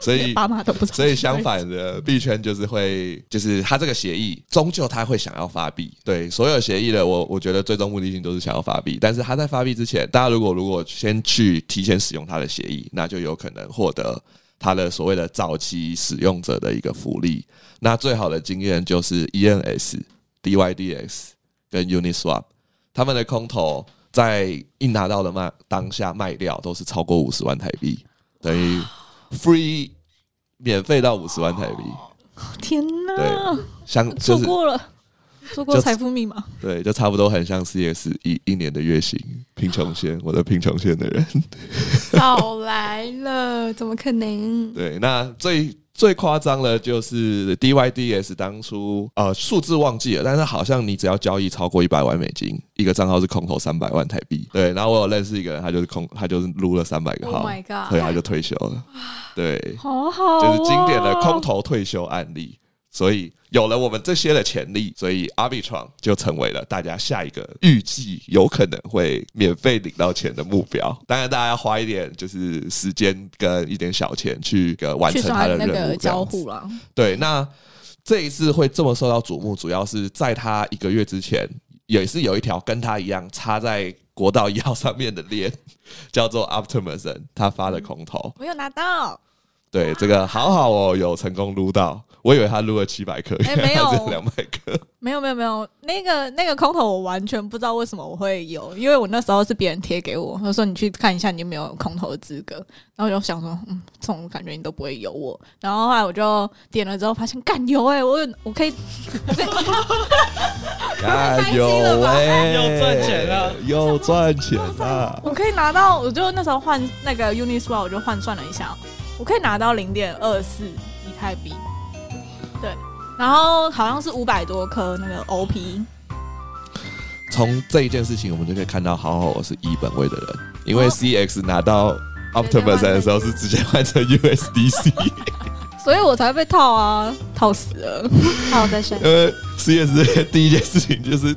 Speaker 4: 所以
Speaker 2: 连爸妈都不知道。
Speaker 4: 所以相，反的，币圈就是会，就是他这个协议，终究他会想要发币。对，所有协议的，我我觉得最终目的性都是想要发币。但是他在发币之前，大家如果如果先去提前使用他的协议，那就有可能获得他的所谓的早期使用者的一个福利。那最好的经验就是 E ENS、DYDX 跟 Uniswap，他们的空投在一拿到的卖当下卖掉都是超过五十万台币，等于 free 免费到五十万台币，
Speaker 2: 天哪，
Speaker 3: 呃
Speaker 4: 相
Speaker 2: 错
Speaker 4: 就是
Speaker 2: 过了，错过
Speaker 4: 就
Speaker 2: 财富密码。
Speaker 4: 对，就差不多很像 CS 一一年的月薪，贫穷线，我的贫穷线的人。
Speaker 3: 少来了，怎么可能？
Speaker 4: 对，那最最夸张的就是 DYDS 当初呃数字忘记了，但是好像你只要交易超过一百万美金，一个账号是空投三百万台币。对，然后我有认识一个人，他就是空，他就是撸了三百个
Speaker 3: Oh
Speaker 4: 号
Speaker 3: my god
Speaker 4: 所以他就退休了。对，
Speaker 2: 好好、
Speaker 4: 就是经典
Speaker 2: 哦
Speaker 4: 的空。头退休案例。所以有了我们这些的潜力，所以阿比床就成为了大家下一个预计有可能会免费领到钱的目标。当然，大家要花一点就是时间跟一点小钱去呃完
Speaker 2: 去
Speaker 4: 成
Speaker 2: 刷
Speaker 4: 他的
Speaker 2: 那
Speaker 4: 任务。
Speaker 2: 个
Speaker 4: 这样
Speaker 2: 交
Speaker 4: 子
Speaker 2: 互啦，
Speaker 4: 对，那这一次会这么受到瞩目，主要是在他一个月之前，也是有一条跟他一样插在国道一号上面的链， 叫做 Optimism，他发了空投。
Speaker 2: 没有拿到，
Speaker 4: 对，这个好好哦，有成功撸到。我以为他撸了七百颗，
Speaker 2: 哎
Speaker 4: 原来
Speaker 2: 没有
Speaker 4: 他是两百 颗。
Speaker 2: 没有，没有，没有。那个那个空头，我完全不知道为什么我会有，因为我那时候是别人贴给我，他说你去看一下你有没有空头的资格，然后我就想说，嗯，这种感觉你都不会有我。然后后来我就点了之后，发现干有哎、我有，我可以
Speaker 4: 啊，有哎，
Speaker 1: 又赚钱了，
Speaker 4: 又赚钱啊了。
Speaker 2: 我可以拿到，我就那时候换那个 Uniswap，我就换算了一下，我可以拿到零点二四以太币，对，然后好像是五百多颗那个 OP，
Speaker 4: 从这一件事情，我们就可以看到，好好我是一本位的人，因为 CX 拿到 Optimism 的时候是直接换成 USDC，
Speaker 2: 所以我才被套啊，套死了。
Speaker 3: 好，我在选
Speaker 4: 因。为 CX 第一件事情就是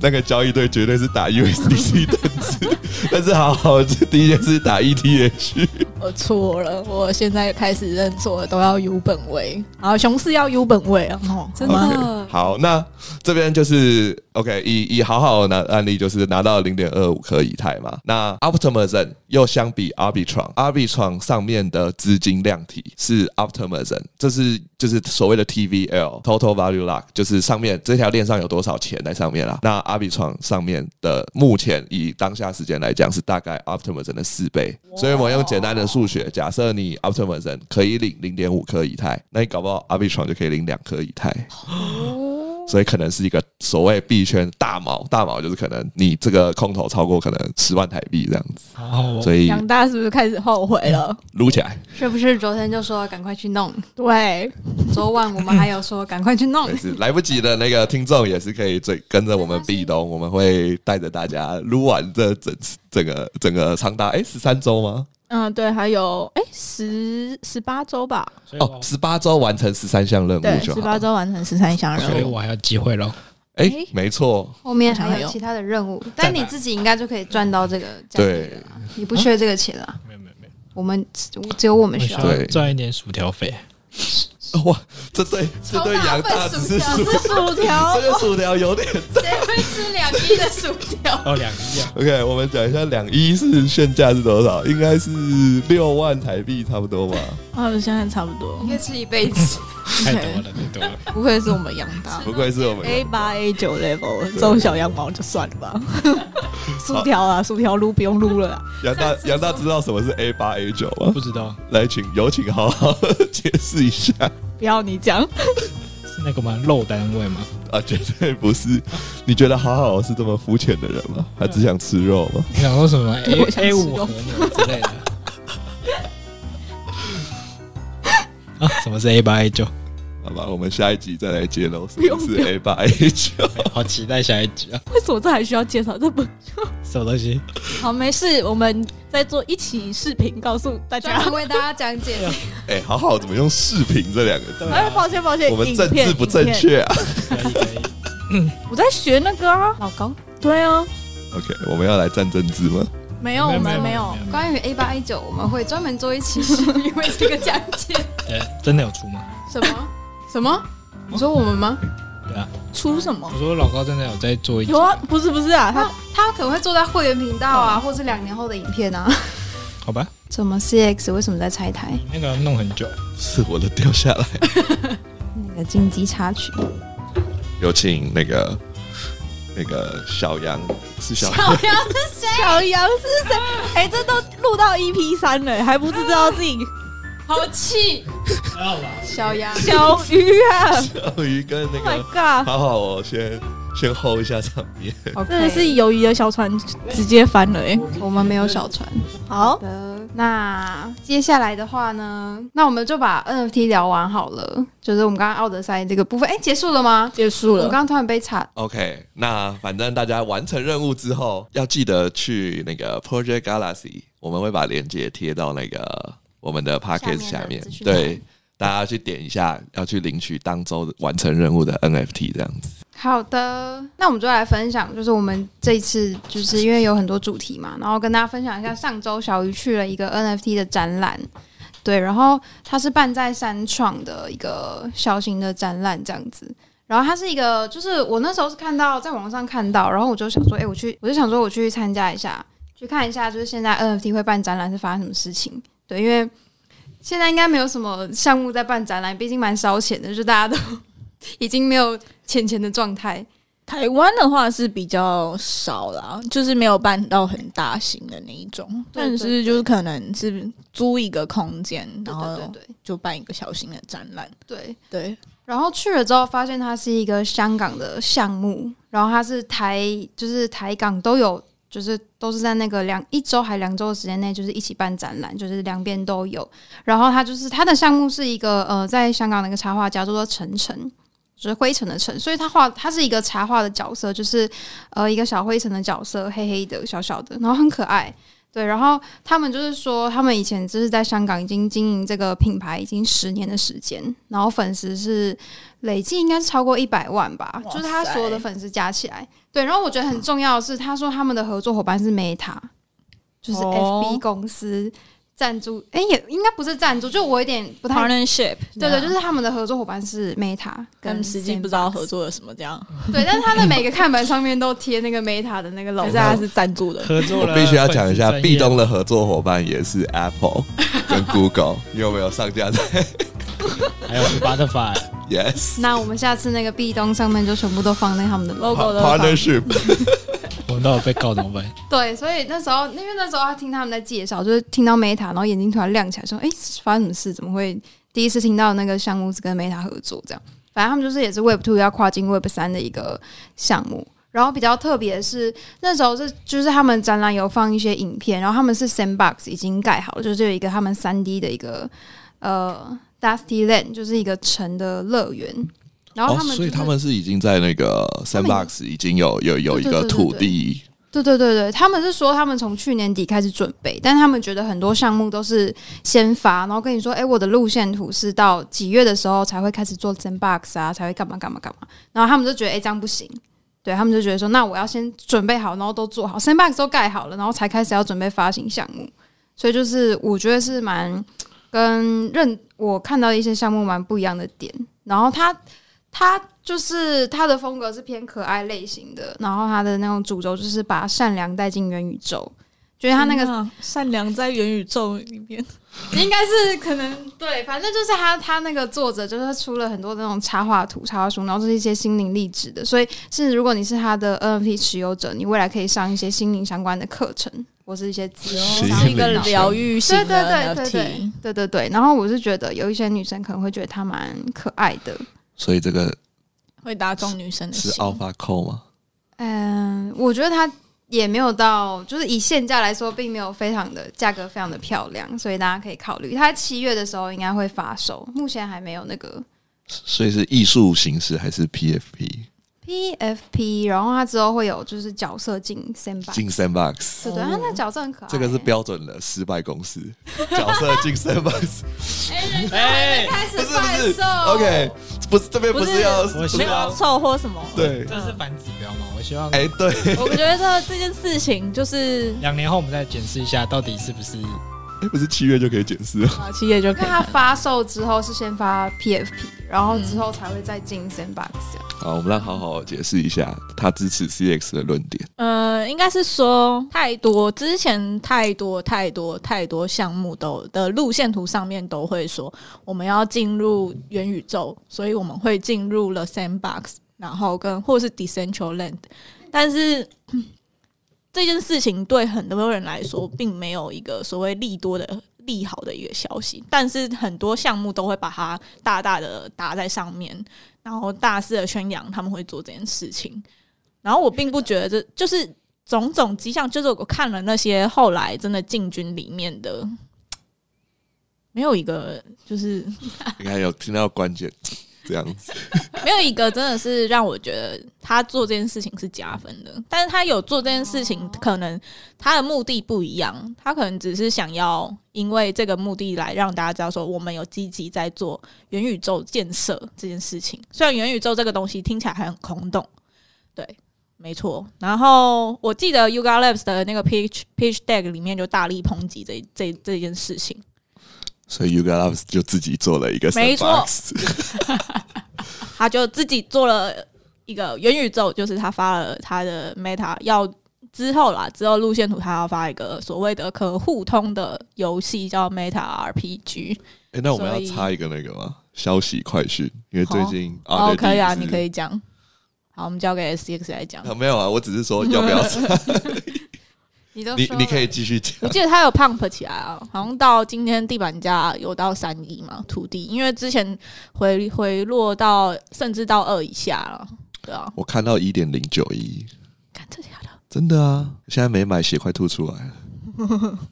Speaker 4: 那个交易对 哦 E 绝对是打 USDC 等值，但是好好这第一件事打 ETH，
Speaker 2: 我错了，我现在开始认错，都要 U 本位，然后熊市要 U 本位哦，
Speaker 6: 真
Speaker 4: OK，
Speaker 6: 的
Speaker 4: 好，那这边就是 OK，以以好好的拿案例就是拿到零点二五颗以太嘛。那 Optimism 又相比 Arbitron，Arbitron 上面的资金量体是 Optimism，这是就是所谓的 TVL（Total Value Lock），就是上面这条链上有多少钱在上面啦。那 Arbitron 上面的目前以当下时间来讲是大概 Optimism 的四倍，所以我们用简单的数学，假设你 Optimism 可以领零点五颗以太，那你搞不好 Arbitron 就可以领两颗以太。所以可能是一个所谓币圈大毛，大毛就是可能你这个空头超过可能十万台币这样子，
Speaker 1: 好好哦，
Speaker 4: 所以
Speaker 2: 杨大是不是开始后悔 了？
Speaker 4: 撸 起来，
Speaker 3: 是不是昨天就说赶快去弄？
Speaker 2: 对，
Speaker 3: 昨晚我们还有说赶快去弄
Speaker 4: 也，是来不及的那个听众也是可以追跟着我们壁咚，我们会带着大家撸完这整整个整个长达哎十三周吗？
Speaker 2: 嗯，对，还有哎十十八周吧，
Speaker 1: 所以
Speaker 4: 哦
Speaker 1: 我，
Speaker 4: 十八周完成十三项任
Speaker 2: 对
Speaker 4: 务，就好
Speaker 2: 十八
Speaker 4: 了。
Speaker 2: 周完成十三项
Speaker 1: 所以
Speaker 2: 任务。
Speaker 1: 我还有机会喽。
Speaker 4: 哎、
Speaker 2: 哎
Speaker 4: 没错，
Speaker 3: 后面
Speaker 2: 我
Speaker 3: 还
Speaker 2: 想
Speaker 3: 有
Speaker 2: 有
Speaker 3: 其他的任务，但你自己应该就可以赚到这个价值
Speaker 4: 对
Speaker 3: 了啊，你不缺这个钱啊。
Speaker 1: 没有没有没有，
Speaker 3: 我们只有我们
Speaker 1: 我
Speaker 3: 需
Speaker 1: 需
Speaker 3: 要，
Speaker 1: 要
Speaker 4: 对
Speaker 1: 赚一点薯条费。
Speaker 4: 哇，这对这对杨大只是薯，
Speaker 2: 是 薯条
Speaker 4: 这，个薯条有点
Speaker 3: 谁会吃两亿的薯条？
Speaker 1: 哦，两亿啊！
Speaker 4: OK，我们讲一下两一是现价是多少？应该是六万台币差不多吧。
Speaker 2: 哦，现在差不多
Speaker 3: 你，可以 吃一辈子。
Speaker 1: 太多了，太多了。
Speaker 2: 不愧是我们杨大
Speaker 4: 不愧是我们
Speaker 2: A 八 A 九 level，这种小羊毛就算了 吧。薯条啊，薯条撸不用撸了啊，
Speaker 4: 杨大杨大知道什么是 A 八 A 九吗
Speaker 1: 不？知道
Speaker 4: 来，请有请好好解释一 下
Speaker 2: 不要你讲，
Speaker 1: 是那个吗？肉单位吗？
Speaker 4: 啊！绝对不是，你觉得好好是这么肤浅的人
Speaker 2: 嗯
Speaker 4: 吗？他只想吃肉吗？
Speaker 1: 你想说什 么 A
Speaker 2: 我想
Speaker 1: A
Speaker 2: 吃
Speaker 1: 五
Speaker 2: 肉
Speaker 1: 和牛之类的？ 啊，什么是 A 八 A 九？
Speaker 4: 好吧，我们下一集再来揭露什
Speaker 2: 不用
Speaker 4: 么是 A 八 A 九。
Speaker 1: 好期待下一集啊！
Speaker 2: 为什么这还需要介绍？这不
Speaker 1: 什么东西？
Speaker 2: 好，没事，我们再做一期视频告诉 大
Speaker 3: 专
Speaker 2: 家。
Speaker 3: 门为大家讲解。
Speaker 4: 哎，好好怎么用视频这两个字？
Speaker 2: 哎，抱歉抱歉，
Speaker 4: 我们
Speaker 2: 影
Speaker 4: 政
Speaker 2: 片
Speaker 4: 治不正
Speaker 2: 影片
Speaker 4: 确啊
Speaker 1: 可以可以。
Speaker 2: 我在学那个啊，
Speaker 3: 老公，
Speaker 2: 对啊，
Speaker 4: ！OK，我们要来战政治吗？
Speaker 2: 没有我
Speaker 1: 没
Speaker 2: 们
Speaker 1: 有
Speaker 2: 没
Speaker 1: 没有
Speaker 2: 有，
Speaker 3: 关于 A 八 A 九，我们会专门做一 期是因为这个讲解。
Speaker 1: 对，哎真的有出吗？
Speaker 3: 什么？什么？ 你说我们吗？
Speaker 1: 对啊，
Speaker 2: 出什么
Speaker 1: 我？说老高真的有在做一集
Speaker 2: 有，啊，不是不是啊，
Speaker 3: 他
Speaker 2: 他
Speaker 3: 他可能会做在会员频道啊，或是两年后的影片啊。
Speaker 1: 好吧？
Speaker 3: 怎么 CX 为什么在拆台？
Speaker 1: 你那个弄很久，
Speaker 4: 是我的掉下 来。
Speaker 3: 那个经济插曲。
Speaker 4: 有请那个那个小杨，是小
Speaker 3: 小杨是谁？
Speaker 2: 小杨是谁？哎，这都录到 EP 三了，还不知道自己
Speaker 3: 好气！
Speaker 1: 还好吧？
Speaker 3: 小杨，
Speaker 2: 小鱼啊
Speaker 4: 小鱼跟那
Speaker 2: ！Oh my
Speaker 4: 个，
Speaker 2: god，
Speaker 4: 好好哦，先先 hold 一下场面。
Speaker 2: 真的是鱿鱼的小船直接翻了哎。
Speaker 3: 我们没有小船。
Speaker 2: 好，
Speaker 3: 的。那接下来的话呢，那我们就把 NFT 聊完好了，就是我们刚刚奥德赛这个部分，哎、结束了吗？
Speaker 2: 结束
Speaker 3: 我们
Speaker 2: 了
Speaker 3: 刚。刚突然被查，
Speaker 4: OK，那反正大家完成任务之后，要记得去那个 Project Galaxy，我们会把链接贴到那个我们的 p a c k a g e 下
Speaker 3: 下面
Speaker 4: 面
Speaker 3: 的资，讯栏
Speaker 4: 对。大家去点一下，要去领取当周完成任务的 NFT 这样子。
Speaker 3: 好的，那我们就来分享，就是我们这一次就是因为有很多主题嘛，然后跟大家分享一下上周小鱼去了一个 NFT 的展览，对，然后它是办在三创的一个小型的展览这样子。然后它是一个，就是我那时候是看到在网上看到，然后我就想说，哎、我去，我就想说我去参加一下，去看一下，就是现在 NFT 会办展览是发生什么事情？对，因为现在应该没有什么项目在办展览，毕竟蛮烧钱的，就大家都 已经没有钱钱的状态。
Speaker 2: 台湾的话是比较少啦，就是没有办到很大型的那一种，
Speaker 3: 对
Speaker 2: 但是就是可能是租一个空间，
Speaker 3: 对
Speaker 2: 然后
Speaker 3: 对对
Speaker 2: 就办一个小型的展览。
Speaker 3: 对对。
Speaker 2: 对，
Speaker 3: 然后去了之后，发现它是一个香港的项目，然后它是台就是台港都有，就是都是在那个两一周还两周的时间内，就是一起办展览，就是两边都有。然后它就是它的项目是一个呃，在香港的一个插画家叫做陈晨。就是灰尘的尘，所以他画他是一个茶画的角色，就是呃一个小灰尘的角色，黑黑的、小小的，然后很可爱。对，然后他们就是说，他们以前就是在香港已经经营这个品牌已经十年的时间，然后粉丝是累计应该是超过一百万吧，
Speaker 2: 哇
Speaker 3: 就是他
Speaker 2: 塞
Speaker 3: 所有的粉丝加起来。对，然后我觉得很重要的是，他说他们的合作伙伴是 Meta，就是
Speaker 2: 哦
Speaker 3: FB 公司赞助，哎、也应该不是赞助，就我有点不太。
Speaker 2: partnership，
Speaker 3: 对对，就是是他们的合作伙伴是 Meta
Speaker 2: 啊他们
Speaker 3: 跟
Speaker 2: 实际不知道
Speaker 3: Sandbox
Speaker 2: 合作了什么，这样
Speaker 3: 对，但是它的每个看板上面都贴那个 Meta 的那 个 logo，
Speaker 2: 可是他是赞助的，
Speaker 1: 合作
Speaker 4: 我
Speaker 1: 了，
Speaker 4: 必须要讲一下，
Speaker 1: 粉丝专业啊
Speaker 4: 壁咚的合作伙伴也是 Apple 跟 Google，你有没有上架在
Speaker 1: 还有 Spotify，
Speaker 4: ？Yes，
Speaker 3: 那我们下次那个壁咚上面就全部都放那他们的 logo 的
Speaker 4: partnership
Speaker 1: 我们到底被告怎么办？
Speaker 3: 对，所以那时候，因为那时候他听他们在介绍，就是听到 Meta，然后眼睛突然亮起来，说：“哎、发生什么事？怎么会第一次听到那个项目是跟 Meta 合作？”这样，反正他们就是也是 Web Two 要跨进 Web 三的一个项目。然后比较特别的是，那时候是就是他们展览有放一些影片，然后他们是 Sandbox 已经盖好了，就是有一个他们三 D 的一个呃 Dusty Land，就是一个城的乐园。然后
Speaker 4: 哦
Speaker 3: 他们、，就是
Speaker 4: 所以他们是已经在那个
Speaker 3: 他们
Speaker 4: Sandbox 已经有有有一
Speaker 3: 对对
Speaker 4: 个
Speaker 3: 对对
Speaker 4: 土地，
Speaker 3: 对对对对，他们是说他们从去年底开始准备，但他们觉得很多项目都是先发，然后跟你说，哎，我的路线图是到几月的时候才会开始做 sandbox 啊，才会干嘛干嘛干嘛，然后他们就觉得，哎，这样不行。对他们就觉得说，那我要先准备好，然后都做好，sandbox 都盖好了，然后才开始要准备发行项目。所以就是我觉得是蛮跟认我看到一些项目蛮不一样的点。然后他他就是他的风格是偏可爱类型的，然后他的那种主轴就是把善良带进元宇宙，觉得他那个
Speaker 2: 天哪善良在元宇宙里面，
Speaker 3: 应该是可能对，反正就是他他那个作者就是出了很多那种插画图、插画书，然后这是一些心灵励志的，所以是如果你是他的 NFT 持有者，你未来可以上一些心灵相关的课程或是一些资源
Speaker 4: 心灵
Speaker 3: 上
Speaker 2: 是一个
Speaker 3: 的脑
Speaker 2: 疗愈型
Speaker 3: 对对
Speaker 2: 的
Speaker 3: 对对
Speaker 2: NFT
Speaker 3: 对。对对对，然后我是觉得有一些女生可能会觉得她蛮可爱的，
Speaker 4: 所以这个
Speaker 2: 会打中女生的
Speaker 4: 是哦
Speaker 2: 心，
Speaker 4: Alpha Code 吗？
Speaker 3: 嗯，我觉得它也没有到，就是以现价来说，并没有非常的价格非常的漂亮，所以大家可以考虑。它七月的时候应该会发售，目前还没有那个
Speaker 4: 所以是艺术形式还是 PFP
Speaker 3: PFP，然后它之后会有就是角色进 sandbox，
Speaker 4: 进 Sandbox？
Speaker 3: 对对，它啊那角色很可爱、
Speaker 4: 哦这个是标准的失败公式，角色进 Sandbox
Speaker 1: 哎，
Speaker 3: 开始
Speaker 4: 不是
Speaker 3: 贩
Speaker 4: 不
Speaker 3: 售
Speaker 4: 是 OK，不是这边不
Speaker 2: 不
Speaker 4: 是
Speaker 2: 是
Speaker 4: 要
Speaker 1: 我
Speaker 4: 不
Speaker 1: 希
Speaker 4: 是
Speaker 2: 没有
Speaker 1: 望
Speaker 4: 要
Speaker 2: 要凑或什么。
Speaker 4: 对，
Speaker 1: 这是反指标嘛？我希望
Speaker 4: 哎对，
Speaker 2: 我觉得这件事情 就是
Speaker 1: 两年后我们再检视一下，到底是不是
Speaker 4: 哎不是七月就可以解释了，
Speaker 2: 啊，七月就
Speaker 3: 因
Speaker 2: 可
Speaker 3: 为
Speaker 2: 以
Speaker 3: 它
Speaker 2: 看。
Speaker 3: 发售之后是先发 PFP，然后之后才会再进
Speaker 4: 嗯
Speaker 3: sandbox 这样。
Speaker 4: 好，我们让好好解释一下他支持 CX 的论 点。
Speaker 2: 呃，应该是说太多，之前太多太多太多项目都的路线图上面都会说我们要进入元宇宙，所以我们会进入了 Sandbox，然后跟或是 Decentraland，但是。嗯这件事情对很多人来说，并没有一个所谓利多的利好的一个消息，但是很多项目都会把它大大的打在上面，然后大肆的宣扬他们会做这件事情。然后我并不觉得这就是种种迹象，就是我看了那些后来真的进军里面的，没有一个就是
Speaker 4: 应该有听到关键这样子，
Speaker 2: 没有一个真的是让我觉得他做这件事情是加分的。但是他有做这件事情，可能他的目的不一样，他可能只是想要因为这个目的来让大家知道说我们有积极在做元宇宙建设这件事情。虽然元宇宙这个东西听起来还很空洞，对。没错，然后我记得 Yuga Labs 的那个 pitch pitch deck 里面就大力抨击这这这件事情，
Speaker 4: 所以 Yuga Labs 就自己做了一个
Speaker 2: 没错
Speaker 4: sandbox，
Speaker 2: 他就自己做了一个元宇宙，就是他发了他的 Meta 要之后啦，之后路线图他要发一个所谓的可互通的游戏，叫 Meta RPG。
Speaker 4: 哎、那我们
Speaker 2: 所
Speaker 4: 要
Speaker 2: 以
Speaker 4: 插一个那个吗？消息快讯，因为最近
Speaker 2: 哦，可以啊，你可。
Speaker 4: RDD
Speaker 2: 以讲。好，我们交给 SCX 来讲
Speaker 4: 是。啊，没有啊，我只是说要不要 插，
Speaker 3: 你都
Speaker 4: 你
Speaker 3: 说
Speaker 4: 你可
Speaker 3: 了
Speaker 4: 以继续讲。
Speaker 2: 我记得它有 pump 起来啊，好像到今天地板价有到三亿嘛，土地，因为之前回回落到甚至到二以下了，对啊，
Speaker 4: 我看到一点零九一，
Speaker 2: 看这假的，
Speaker 4: 真的啊，现在没买血快吐出来了。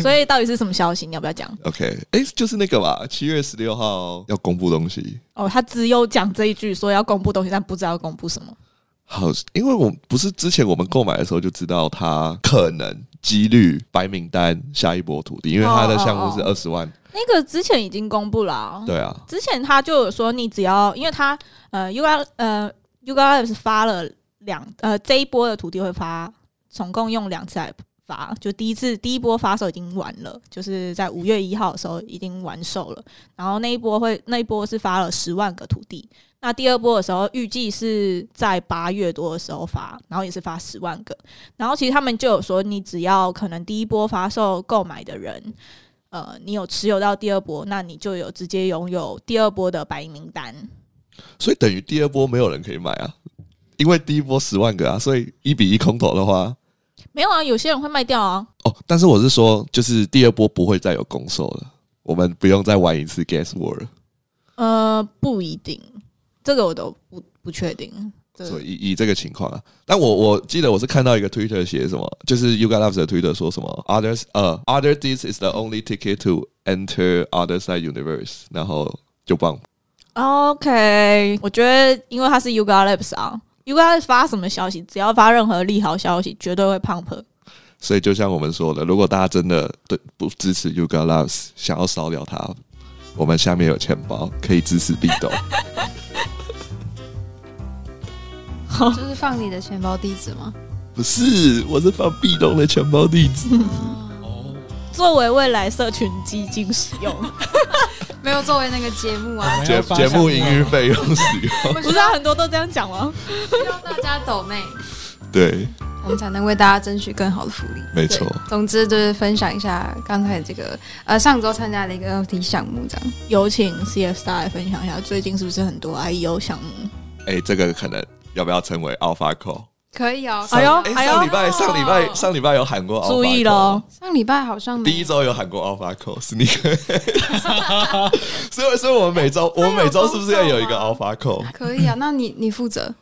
Speaker 2: 所以到底是什么消息？你要不要讲？
Speaker 4: OK，哎、就是那个吧，七月十六号要公布东西。
Speaker 2: 哦，他只有讲这一句，说要公布东西，但不知道公布什么。
Speaker 4: 好，因为我不是之前我们购买的时候就知道它可能几率白名单下一波土地，因为它的项目是
Speaker 2: 哦
Speaker 4: 二十万，
Speaker 2: 那个之前已经公布了啊、
Speaker 4: 对啊，
Speaker 2: 之前他就有说，你只要因为他呃 U R 呃 U R 是发了两呃这一波的土地会发，总共用两次来发，就第一次第一波发售已经完了，就是在五月一号的时候已经完售了。然后那一波会那一波是发了十万个土地，那第二波的时候预计是在八月多的时候发，然后也是发十万个。然后其实他们就有说，你只要可能第一波发售购买的人。呃，你有持有到第二波，那你就有直接拥有第二波的白银名单。
Speaker 4: 所以等于第二波没有人可以买啊，因为第一波十万个啊，所以一比一空投的话，
Speaker 2: 没有啊，有些人会卖掉啊。
Speaker 4: 哦，但是我是说，就是第二波不会再有公售了，我们不用再玩一次 Guess War 了。
Speaker 2: 呃，不一定，这个我都不不确定。这个
Speaker 4: 所以以以这个情况啊，但我我记得我是看到一个 Twitter 写什么，就是 You Got Loves 的 Twitter 说什么 Others 呃 Other This is the only ticket to enter other side universe，然后就棒
Speaker 2: 哦 OK，我觉得因为它是 Yuga Labs 啊，Yuga Labs 发什么消息，只要发任何利好消息，绝对会 pump。
Speaker 4: 所以就像我们说的，如果大家真的对不支持 You Got Loves，想要烧掉它，我们下面有钱包可以支持壁咚。
Speaker 3: 就是放你的钱包地址吗？
Speaker 4: 不是，我是放壁咚的钱包地址。
Speaker 2: 作为未来社群基金使用，
Speaker 3: 没有作为那个节目 啊，
Speaker 4: 节节目营运费用使用，
Speaker 2: 不是、啊、很多都这样讲吗？
Speaker 3: 需要大家抖内，
Speaker 4: 对，
Speaker 3: 我们才能为大家争取更好的福利。
Speaker 4: 没错。
Speaker 3: 总之就是分享一下刚才这个呃上周参加的一个 NFT 项目这样。
Speaker 2: 有请 CS 大来分享一下，最近是不是很多 E IEO 项目？
Speaker 4: 哎、这个可能要不要成为 Alpha Call？
Speaker 3: 可以哦，
Speaker 2: 哎呦
Speaker 4: 哎、上礼拜上礼拜上礼拜有喊过 Alpha
Speaker 2: 注意
Speaker 4: Call
Speaker 2: 喽，
Speaker 3: 上礼拜好像没
Speaker 4: 第一周有喊过 Alpha Call Sneaker，所以所以我们每周
Speaker 2: 哎
Speaker 4: 我们每周是不是
Speaker 2: 啊
Speaker 4: 要有一个 Alpha Call？
Speaker 3: 可以啊，那你你负责。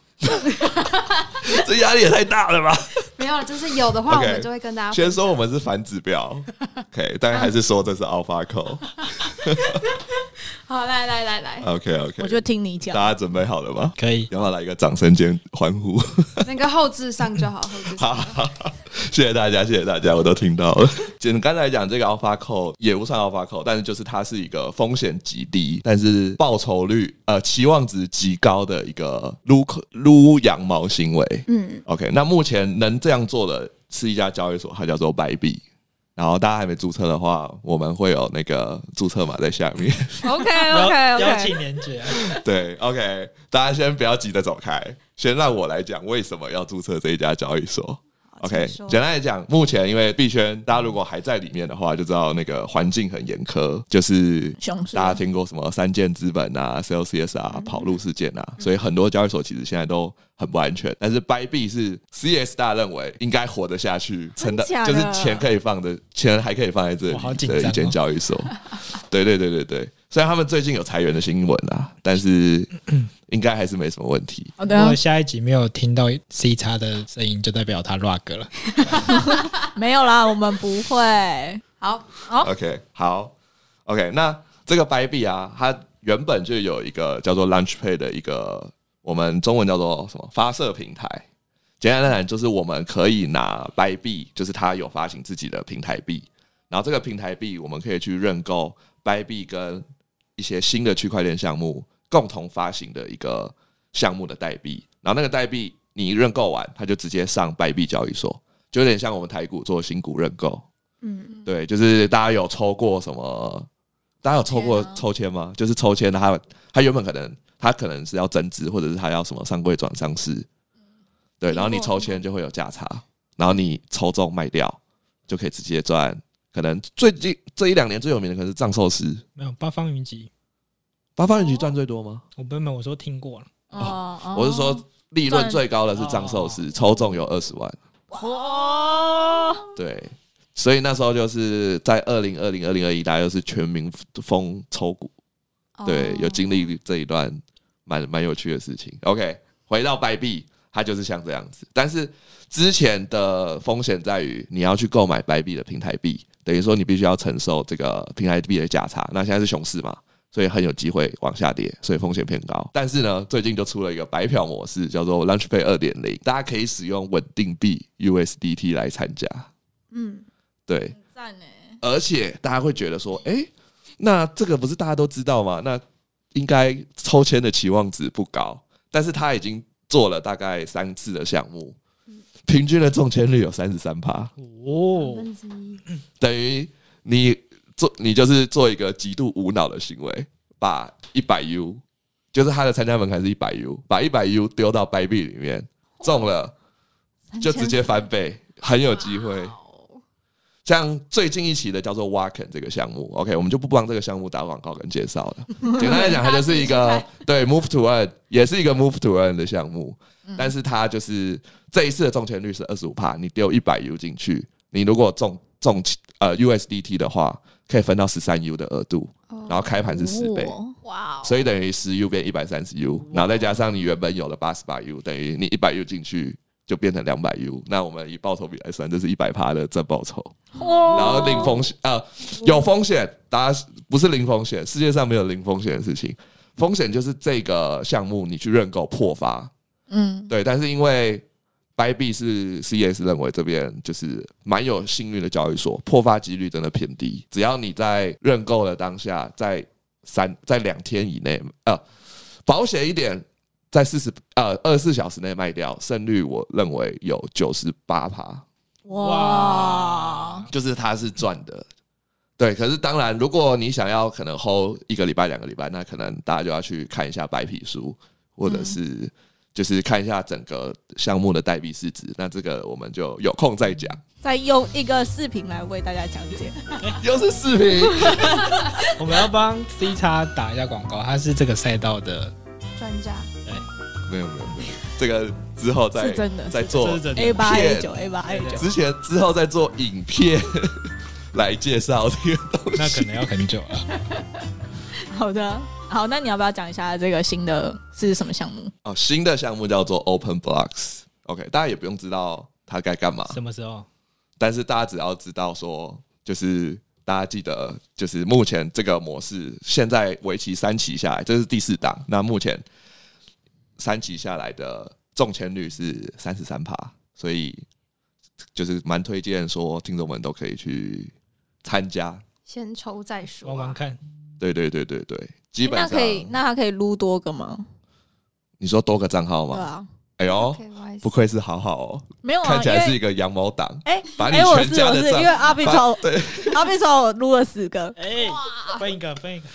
Speaker 4: 这压力也太大了 吧？
Speaker 3: 没有，就是有的话，我
Speaker 4: OK
Speaker 3: 们就会跟大家
Speaker 4: 先说我们是反指 标，OK，但还是说这是 Alpha Call。
Speaker 3: 好，来来来来，
Speaker 4: OK OK，
Speaker 2: 我就听你
Speaker 4: 大
Speaker 2: 讲。
Speaker 4: 家准备好了吗？
Speaker 1: 可以，
Speaker 4: 要不要来一个掌声兼欢呼？
Speaker 3: 那个后置上就好，后置
Speaker 4: 哈
Speaker 3: 上。
Speaker 4: 哈哈 谢谢大家，谢谢大家，我都听到了。 简单来讲，这个 Alpha Code 也不算 Alpha Code，但是就是它是一个风险极低，但是报酬率呃期望值极高的一个撸撸羊毛行为。
Speaker 3: 嗯，
Speaker 4: OK，那目前能这样做的是一家交易所，它叫做白币。然后大家还没注册的话，我们会有那个注册码在下面。
Speaker 3: OK
Speaker 1: 邀
Speaker 3: OK
Speaker 1: 邀
Speaker 3: OK，
Speaker 1: 请连接，
Speaker 4: 对，OK，大家先不要急着走开，先让我来讲为什么要注册这一家交易所。OK，
Speaker 3: 请说
Speaker 4: 简单来讲，目前因为币圈，大家如果还在里面的话，就知道那个环境很严苛，就是
Speaker 2: 熊市嗯
Speaker 4: 大家听过什么三箭资本啊、Celsius 啊、跑路事件啊，所以很多交易所其实现在都很不安全。但是 b 币是 CS 大家认为应该活得下去，承担
Speaker 2: 假
Speaker 4: 就
Speaker 2: 的
Speaker 4: 是钱可以放的，钱还可以放在这
Speaker 1: 我好
Speaker 4: 里
Speaker 1: 紧
Speaker 4: 的
Speaker 1: 张
Speaker 4: 一
Speaker 1: 哦
Speaker 4: 间交易所。 对对对对对，虽然他们最近有裁员的新闻啊，但是
Speaker 1: 嗯
Speaker 4: 应该还是没什么问题。
Speaker 2: 好的
Speaker 1: 如果下一集没有听到 C 叉的声音，就代表他 rug 了。
Speaker 2: 没有啦，我们不会。
Speaker 3: 好，
Speaker 4: OK，好，OK，那这个白币啊，它原本就有一个叫做 LaunchPay 的一个，我们中文叫做什么发射平台。简单来讲，就是我们可以拿白币，就是它有发行自己的平台币，然后这个平台币我们可以去认购白币跟一些新的区块链项目共同发行的一个项目的代币，然后那个代币你认购完，它就直接上白币交易所，就有点像我们台股做新股认购，
Speaker 3: 嗯，
Speaker 4: 对，就是大家有抽过什么？大家有抽过
Speaker 3: 抽签啊
Speaker 4: 抽签吗？就是抽签，他他原本可能他可能是要增资，或者是他要什么上柜转上市，对，然后你
Speaker 3: 听过
Speaker 4: 抽签就会有价差，然后你抽中卖掉就可以直接赚。可能最近这一两年最有名的可能是藏寿司，
Speaker 1: 没有八方云集，
Speaker 4: 八方云集赚最多吗？
Speaker 1: 我朋友们我说听过了，
Speaker 2: 哦，哦
Speaker 4: 我是说利润
Speaker 2: 赚
Speaker 4: 最高的是藏寿司，抽中有二十万。
Speaker 2: 哦，
Speaker 4: 对，所以那时候就是在二零二零二零二一，大家又是全民疯抽股，
Speaker 2: 哦
Speaker 4: 对，有经历这一段蛮蛮有趣的事情。OK，回到白币，它就是像这样子，但是之前的风险在于你要去购买白币的平台币，等于说你必须要承受这个平台币的价差。那现在是熊市嘛？所以很有机会往下跌，所以风险偏高。但是呢，最近就出了一个白嫖模式，叫做 Launchpay 二点零，大家可以使用稳定币 USDT 来参加。
Speaker 3: 嗯，
Speaker 4: 对，
Speaker 2: 赞哎。
Speaker 4: 而且大家会觉得说，哎、那这个不是大家都知道吗？那应该抽签的期望值不高，但是他已经做了大概三次的项目，平均的中签率有三十三趴，
Speaker 1: 哦，
Speaker 3: 分之一，
Speaker 4: 等于你做你就是做一个极度无脑的行为，把一百 U，就是他的参加门槛是一百 U，把一百 U 丢到白币里面，中了就直接翻倍，很有机会。像最近一期的叫做 Waken 这个项目，OK，我们就不帮这个项目打广告跟介绍了。简单来讲，它就是一个对 Move to Earn，也是一个 Move to Earn 的项目，但是它就是这一次的中签率是二十五帕，你丢一百 U 进去，你如果中中呃 USDT 的话，可以分到十三 U 的额度，
Speaker 3: 哦
Speaker 4: 然后开盘是十倍，
Speaker 2: 哦
Speaker 3: 哇哦，
Speaker 4: 所以等于十 U 变一百三十 U，然后再加上你原本有的八十八 U，等于你一百 U 进去就变成两百 U。那我们以报酬比来算，这是一百趴的正报酬，然后零风险呃有风险，大家不是零风险，世界上没有零风险的事情，风险就是这个项目你去认购破发，
Speaker 6: 嗯，
Speaker 4: 对，但是因为 Byte 是 CES 认为这边就是蛮有幸运的交易所，破发几率真的偏低。只要你在认购的当下，在三在两天以内，呃，保险一点，在四十呃二十四小时内卖掉，胜率我认为有九十八趴。
Speaker 1: 哇，
Speaker 4: 就是他是赚的。对，可是当然，如果你想要可能 hold 一个礼拜、两个礼拜，那可能大家就要去看一下白皮书，或者
Speaker 1: 嗯
Speaker 4: 是就是看一下整个项目的代币市值。那这个我们就有空再讲，
Speaker 2: 再用一个视频来为大家讲解。
Speaker 1: 嗯
Speaker 4: 又是 视频，
Speaker 1: 我们要帮 C 叉打一下广告，他是这个赛道的，
Speaker 3: 专家，
Speaker 4: 没有没有没有，这个之后再
Speaker 2: 是真的
Speaker 4: 再
Speaker 2: 是
Speaker 1: 这
Speaker 4: 做
Speaker 1: 是真
Speaker 2: A
Speaker 1: 的。
Speaker 2: 八 A
Speaker 4: 骗
Speaker 2: 九 A 八 A 九，
Speaker 4: 之前之后再做影片来介绍这个东西。
Speaker 1: 那可能要很久 了。
Speaker 2: 好的，好，那你要不要讲一下这个新的是什么项目？
Speaker 4: 哦，新的项目叫做 Open Blocks。OK，大家也不用知道它该干嘛，
Speaker 1: 什么时候？
Speaker 4: 但是大家只要知道说，就是大家记得，就是目前这个模式，现在为期三期下来，这是第四档。那目前三期下来的中签率是三十三趴，所以就是蛮推荐说听众们都可以去参加。
Speaker 3: 先抽再
Speaker 1: 玩
Speaker 3: 说
Speaker 1: 玩
Speaker 3: 啊。
Speaker 1: 看，
Speaker 4: 对对对对对，基本
Speaker 2: 那
Speaker 4: 上
Speaker 2: 可以，那他可以撸多个吗？
Speaker 4: 你说多个账号
Speaker 2: 对
Speaker 4: 吗？
Speaker 2: 啊，
Speaker 4: 哎呦，
Speaker 3: KYC
Speaker 4: 不愧是好好哦，
Speaker 2: 没有啊，
Speaker 4: 看起
Speaker 2: 因
Speaker 4: 来是一
Speaker 2: 为
Speaker 4: 个羊毛党，
Speaker 2: 哎
Speaker 4: 把你
Speaker 2: 哎，我
Speaker 4: 全
Speaker 2: 是
Speaker 4: 家
Speaker 2: 我是
Speaker 4: 的
Speaker 2: 因为
Speaker 4: 账，
Speaker 2: 阿比
Speaker 4: 把
Speaker 2: 超
Speaker 4: 对
Speaker 2: 阿比超我撸了四个，
Speaker 1: 哎，分一个，分一个。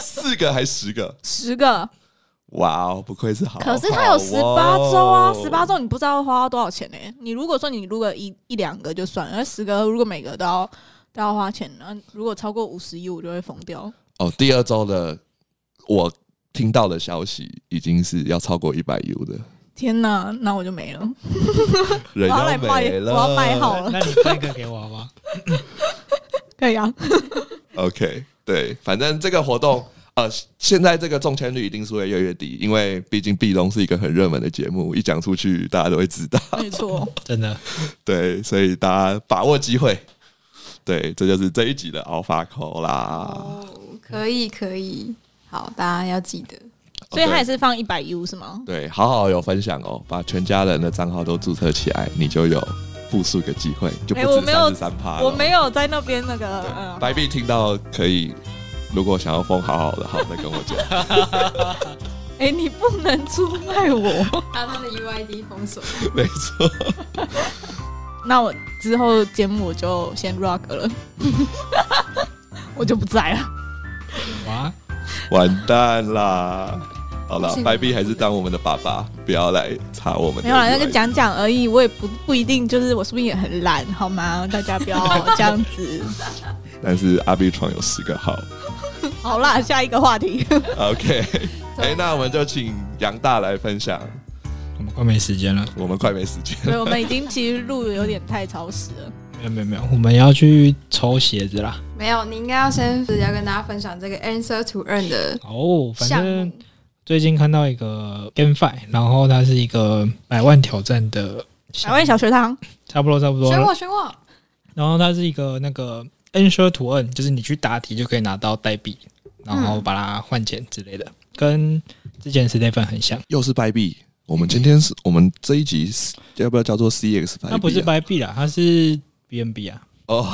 Speaker 4: 四个还十个。
Speaker 2: 十个，
Speaker 4: 哇哦，不愧是好。哦
Speaker 2: 可是它有十八周啊，十八
Speaker 4: 周。
Speaker 2: 周你不知道花多少钱呢、你如果说你撸个一一两个就算了，而十个如果每个都要都要花钱，那如果超过五十一，我就会疯掉。
Speaker 4: 哦，第二周的我听到的消息已经是要超过一百 U 的，
Speaker 2: 天哪，那我就没了。
Speaker 4: 人
Speaker 2: 我要来
Speaker 4: 要
Speaker 2: 卖
Speaker 4: 没了，
Speaker 2: 我要卖好了
Speaker 1: 呃那你分一个给我好不好？
Speaker 2: 可以啊，
Speaker 4: OK，对，反正这个活动。呃，现在这个中签率一定是会越来越低，因为毕竟壁咚是一个很热门的节目，一讲出去大家都会知道。
Speaker 2: 没错。
Speaker 1: 真的，
Speaker 4: 对，所以大家把握机会。对，这就是这一集的 Alpha Call 啦。
Speaker 3: 哦，可以可以，好，大家要记得。
Speaker 2: 所以它也
Speaker 4: 对
Speaker 2: 是放一百 U 是吗？
Speaker 4: 对，好好有分享哦，把全家人的账号都注册起来，你就有复数个机会，就不
Speaker 2: 哎我
Speaker 4: 止
Speaker 2: 没有
Speaker 4: 三十三趴。
Speaker 2: 我没有在那边那个，嗯，
Speaker 4: 白碧听到可以，如果想要封好好的，好再跟我 讲。
Speaker 2: 哎、你不能出 卖我。
Speaker 3: 把他的 UID 封锁。
Speaker 4: 没错，
Speaker 2: 那我之后节目我就先 rock 了， 我就不在了。
Speaker 1: 哇，
Speaker 4: 完蛋啦！好了
Speaker 3: 不，行
Speaker 4: 白碧还是当我们的爸爸，不要来查我们的。
Speaker 2: 没有啦，那个。讲讲而已，我也不不一定，就是我是不是也很懒，好吗？大家不要 这样子。
Speaker 4: 但是阿碧床有十个号。
Speaker 2: 好啦，下一个话题。
Speaker 4: OK，哎、那我们就请杨大来分享，
Speaker 1: 我们快没时间了。
Speaker 4: 我们快没时 间。
Speaker 2: 对，我们已经其实录的有点太超时了。
Speaker 1: 没有没有没有，我们要去抽鞋子啦。
Speaker 3: 没有，你应该要先要跟大家分享这个 Answer to Earn 的
Speaker 1: 哦，反
Speaker 3: 项
Speaker 1: 正
Speaker 3: 目。
Speaker 1: 最近看到一个 GameFi，然后它是一个百万挑战的项
Speaker 2: 百
Speaker 1: 目，
Speaker 2: 万小学堂，
Speaker 1: 差不多差不多
Speaker 3: 选。我选我，
Speaker 1: 然后它是一个那个 N 车图案，就是你去答题就可以拿到代币，然后把它换钱之类的，跟之前 Stephen 很像。
Speaker 4: 又是白碧，我们今天是我们这一集是要不要叫做 CX 白碧、啊？
Speaker 1: 它不是白币啦，它是 BNB 啊。
Speaker 4: 哦，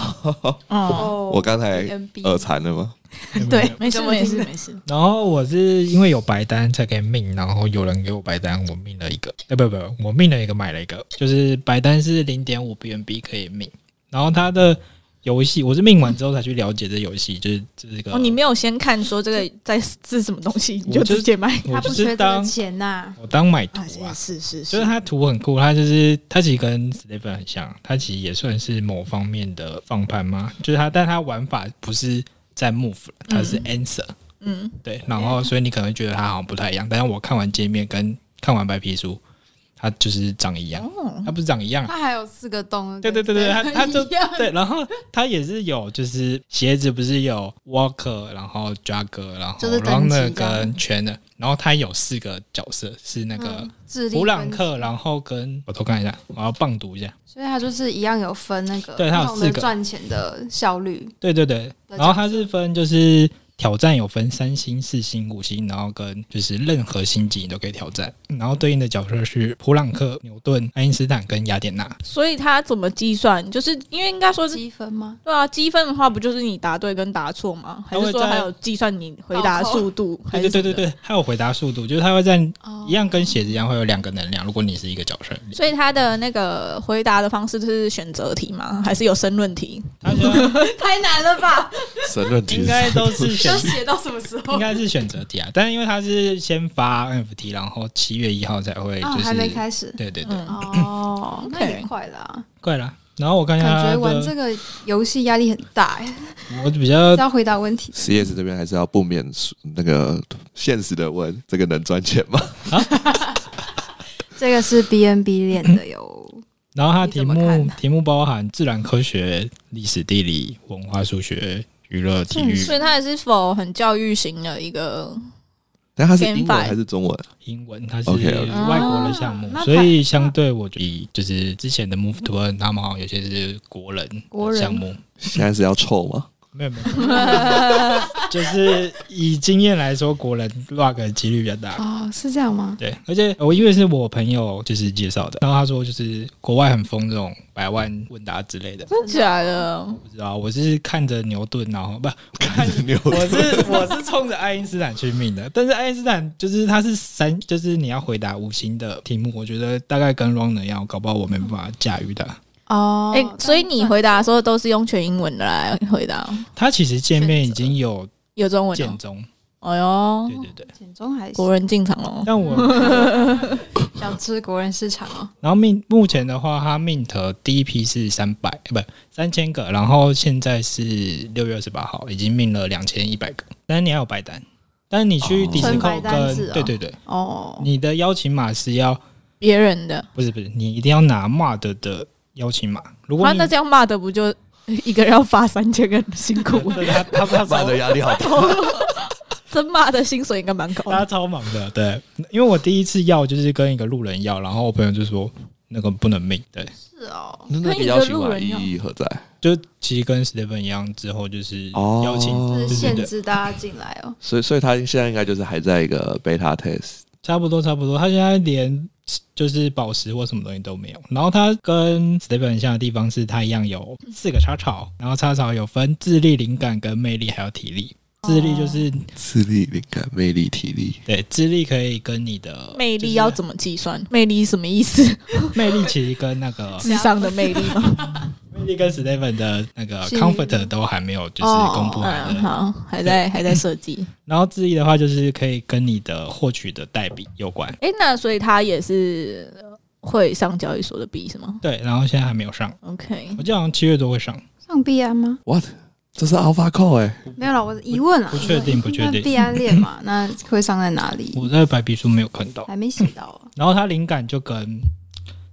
Speaker 2: 哦，
Speaker 3: 哦
Speaker 4: 我刚才
Speaker 3: NB
Speaker 4: 耳残了吗？
Speaker 1: 没有没有
Speaker 2: 没事
Speaker 3: 怎么
Speaker 2: 没
Speaker 3: 听
Speaker 2: 事
Speaker 3: 的
Speaker 2: 没事，
Speaker 1: 然后我是因为有白单才给命，然后有人给我白单，我命了一个，哎不不，我命了一个，买了一个，就是白单是零点五 BNB 可以命，然后它的游戏我是命完之后才去了解这游戏，就是这个，
Speaker 2: 哦，你没有先看说这个在是什么东西，你
Speaker 1: 我
Speaker 2: 就
Speaker 1: 就
Speaker 2: 直接买。
Speaker 1: 我
Speaker 3: 他不
Speaker 1: 就
Speaker 3: 缺
Speaker 1: 是
Speaker 3: 这个
Speaker 1: 当
Speaker 3: 钱呐、
Speaker 1: 我当买图
Speaker 2: 啊，是
Speaker 1: 啊，
Speaker 2: 是是，
Speaker 1: 就是它图很酷，它就是它其实跟 Steven 很像，它其实也算是某方面的放盘嘛，就是它，但它玩法不是在 move，它是 answer，、
Speaker 2: 嗯，
Speaker 1: 对，然后所以你可能会觉得它好像不太一样，但是我看完界面跟看完白皮书，它就是长一样，
Speaker 2: 哦，
Speaker 1: 它不是长一 样啊，
Speaker 3: 他还有四个洞。
Speaker 1: 对对对对，它它就
Speaker 3: 一样
Speaker 1: 对，然后它也是有，就是鞋子不是有 walker，然后 jogger，然后
Speaker 3: 就是登
Speaker 1: runner
Speaker 3: 级啊这样
Speaker 1: 跟 trainer，然后它有四个角色是那个
Speaker 3: 嗯智力
Speaker 1: 弗朗
Speaker 3: 分
Speaker 1: 克，然后跟我偷看一下，我要棒读一下，
Speaker 3: 所以他就是一样有分那个
Speaker 1: 对他有
Speaker 3: 不同
Speaker 1: 四
Speaker 3: 的
Speaker 1: 个
Speaker 3: 赚钱的效率，
Speaker 1: 对对对，
Speaker 3: 那
Speaker 1: 然后它是分就是挑战有分三星、四星、五星，然后跟就是任何星级你都可以挑战，然后对应的角色是普朗克、牛顿、爱因斯坦跟雅典娜，
Speaker 2: 所以它怎么计算？就是因为应该说是
Speaker 3: 积分吗？
Speaker 2: 对啊，积分的话不就是你答对跟答错吗？还
Speaker 1: 它
Speaker 2: 是
Speaker 1: 会
Speaker 2: 说
Speaker 1: 在
Speaker 2: 还有计算你回答速度？还
Speaker 1: 对
Speaker 2: 是
Speaker 1: 对对对
Speaker 2: 什么
Speaker 1: 对，还有回答速度，就是它会在
Speaker 3: 哦
Speaker 1: 一样跟鞋子一样会有两个能量，如果你是一个角色。
Speaker 2: 的。所以它的那个回答的方式就是选择题吗？还是有申论题？
Speaker 1: 他说
Speaker 3: 哦 太难 了吧？
Speaker 4: 神论题
Speaker 1: 应该都是选
Speaker 3: 要，写到什么时 候
Speaker 1: 应？该是选择题啊。但是因为他是先发 NFT，然后七月一号才会，
Speaker 3: 啊，
Speaker 1: 就是
Speaker 3: 还没开始
Speaker 1: 对对对，
Speaker 2: 嗯，
Speaker 3: 哦，那
Speaker 2: OK
Speaker 3: 也快了啊。
Speaker 1: 快了。然后我看一下
Speaker 3: 感
Speaker 1: 他
Speaker 3: 觉玩这
Speaker 1: 的，
Speaker 3: 个游戏压力很大哎，
Speaker 1: 我比较
Speaker 3: 是要回答问题。
Speaker 4: 实验室这边还是要不免那个现实的问，这个能赚钱吗？
Speaker 3: 这个是 B N B 练 的哟，
Speaker 1: 然后它题
Speaker 3: 你怎么看
Speaker 1: 目
Speaker 3: 呢
Speaker 1: 题目包含自然科学、历史、地理、文化、数学、娱乐、体育、
Speaker 2: 所以它也是否很教育型的一个
Speaker 4: 但它是
Speaker 2: Game
Speaker 4: 英
Speaker 2: Five
Speaker 4: 文还是中文？
Speaker 1: 英文，它是
Speaker 4: OK，OK
Speaker 1: 外国的项目
Speaker 3: 哦，那
Speaker 1: 所以相对我觉得以就是之前的 Move to Earn，他们好像有些是国人
Speaker 3: 国人
Speaker 1: 项目，
Speaker 4: 现在是要臭吗？
Speaker 1: 没有 没有，就是以经验来说，国人 rug 的几率比较大。
Speaker 3: 哦，是这样吗？
Speaker 1: 对，而且我因为是我朋友就是介绍的，然后他说就是国外很疯这种百万问答之类的，
Speaker 3: 嗯
Speaker 2: 真的假的？
Speaker 1: 不知道我是看着牛顿，然后不，
Speaker 4: 看着 牛
Speaker 1: 我是我是冲着爱因斯坦去命的，但是爱因斯坦就是他是三，就是你要回答五星的题目，我觉得大概跟 Runner 一样，搞不好我没办法驾驭它。
Speaker 3: 哦
Speaker 2: 哎、，所以你回答的时候都是用全英文的来回答，
Speaker 1: 它其实界面已经有
Speaker 2: 有中文、
Speaker 1: 建
Speaker 2: 哦。
Speaker 1: 中，
Speaker 2: 哎
Speaker 3: 哦
Speaker 2: 呦
Speaker 1: 对，对对，
Speaker 3: 简中还
Speaker 2: 国人进场喽！
Speaker 1: 但我
Speaker 3: 想吃国人市场哦，
Speaker 1: 然后命目前的话，它 mint 第一批是三百，不三千个，然后现在是六月二十八号，已经命了两千一百个，但是你还有白单，但是你去
Speaker 4: 哦
Speaker 1: d i s
Speaker 3: 纯
Speaker 1: c o
Speaker 3: 白单
Speaker 1: 跟、
Speaker 3: 制哦
Speaker 1: 对对对，
Speaker 3: 哦，
Speaker 1: 你的邀请码是要
Speaker 2: 别人的，
Speaker 1: 不是不是，你一定要拿 mod 的邀请码，如果
Speaker 2: 他
Speaker 1: 你
Speaker 2: 那这样骂的不就一个人要发三千个辛苦
Speaker 1: 对他他他
Speaker 4: 妈
Speaker 1: 超
Speaker 4: 的压力好大，
Speaker 2: 真骂的薪水应该蛮高
Speaker 1: 他
Speaker 2: 的。
Speaker 1: 超忙的，对，因为我第一次要就是跟一个路人要，然后我朋友就说那个不能命，对，
Speaker 3: 是哦，
Speaker 4: 那
Speaker 2: 跟
Speaker 4: 那
Speaker 2: 一
Speaker 4: 个
Speaker 2: 个
Speaker 4: 邀请
Speaker 2: 路
Speaker 4: 码
Speaker 2: 人
Speaker 4: 意
Speaker 2: 一样
Speaker 4: 义何在？
Speaker 1: 就其实跟 Steven 一样，之后就是
Speaker 4: 哦
Speaker 1: 邀请，
Speaker 3: 是
Speaker 1: 对对
Speaker 3: 限
Speaker 1: 对，
Speaker 3: 制大家进来哦，
Speaker 4: 所以，所以他现在应该就是还在一个 beta test。
Speaker 1: 差不多差不多，他现在连就是宝石或什么东西都没有。然后他跟 Steven 很像的地方是，他一样有四个插槽，然后插槽有分智力、灵感跟魅力，还有体力。智力就是、
Speaker 2: 哦
Speaker 4: 智力、灵感、魅力、体力，
Speaker 1: 对智力可以跟你的
Speaker 2: 魅力要怎么计算？魅力什么意 思？
Speaker 1: 就是 啊魅力其实跟那 个
Speaker 2: 智商的魅力吗？
Speaker 1: 魅力跟 Steven 的那个
Speaker 3: 是
Speaker 1: comfort 都还没有 就是公布来
Speaker 2: 嗯，
Speaker 1: 的。
Speaker 2: 好，还在还在设计。
Speaker 1: 然后智力的话，就是可以跟你的获取的代币有关。
Speaker 2: 哎、那所以他也是会上交易所的币是吗
Speaker 1: 对，然后现在还没有上，
Speaker 2: 嗯？OK，
Speaker 1: 我记得好像七月多会上。
Speaker 3: 上 B N 吗？
Speaker 4: 这是 Alpha Code 哎、
Speaker 3: 没有了，我的疑问啊，
Speaker 1: 不确定不确定
Speaker 3: 那 B N 练 嘛，那会上在哪里？
Speaker 1: 我在白皮书没有看到。
Speaker 3: 还没写到啊，
Speaker 1: 然后他灵感就跟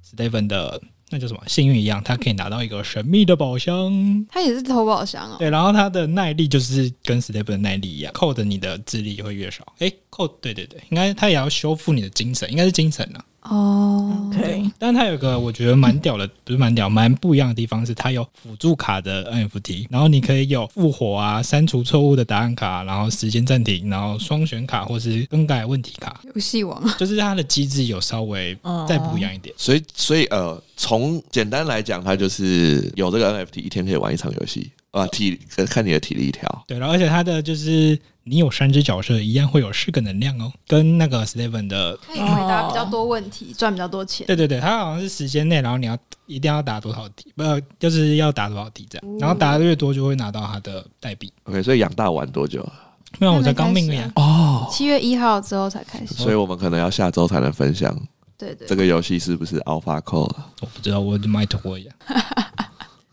Speaker 1: Steven 的那叫什么幸运一样，他可以拿到一个神秘的宝
Speaker 2: 嗯
Speaker 1: 箱。
Speaker 3: 他也是投宝箱哦，
Speaker 1: 对，然后他的耐力就是跟 Steven 的耐力一样，扣的你的智力就会越少。诶，扣对对对，应该他也要修复你的精神，应该是精神啊。
Speaker 3: 哦，哦，
Speaker 2: OK，
Speaker 1: 但它有个我觉得蛮屌的，不是蛮屌，蛮不一样的地方是它有辅助卡的呃 NFT，然后你可以有复活啊、删除错误的答案卡，然后时间暂停，然后双选卡或是更改问题卡，
Speaker 3: 游戏王啊
Speaker 1: 就是它的机制有稍微
Speaker 2: 哦
Speaker 1: 再不一样一点。
Speaker 4: 所以所以呃，从简单来讲，它就是有这个 NFT，一天可以玩一场游戏啊，体呃看你的体力条。
Speaker 1: 对，然后而且它的就是你有三只角色，一样会有四个能量哦，跟那个 Steven 的。
Speaker 3: 可以回答比较多问题，赚比较多钱。
Speaker 1: 对对对，它好像是时间内，然后你要一定要打多少题，不就是要打多少题这样，然后打的越多就会拿到它的代币。
Speaker 4: OK，所以养大玩多久？
Speaker 1: 哦没有，我才刚命令啊，
Speaker 4: 哦，
Speaker 3: 七月一号之后才开始，
Speaker 4: 所以我们可能要下周才能分享
Speaker 3: 对对
Speaker 4: 这个游戏是不是 Alpha Core 了。
Speaker 1: 我不知道，我就卖拖一下。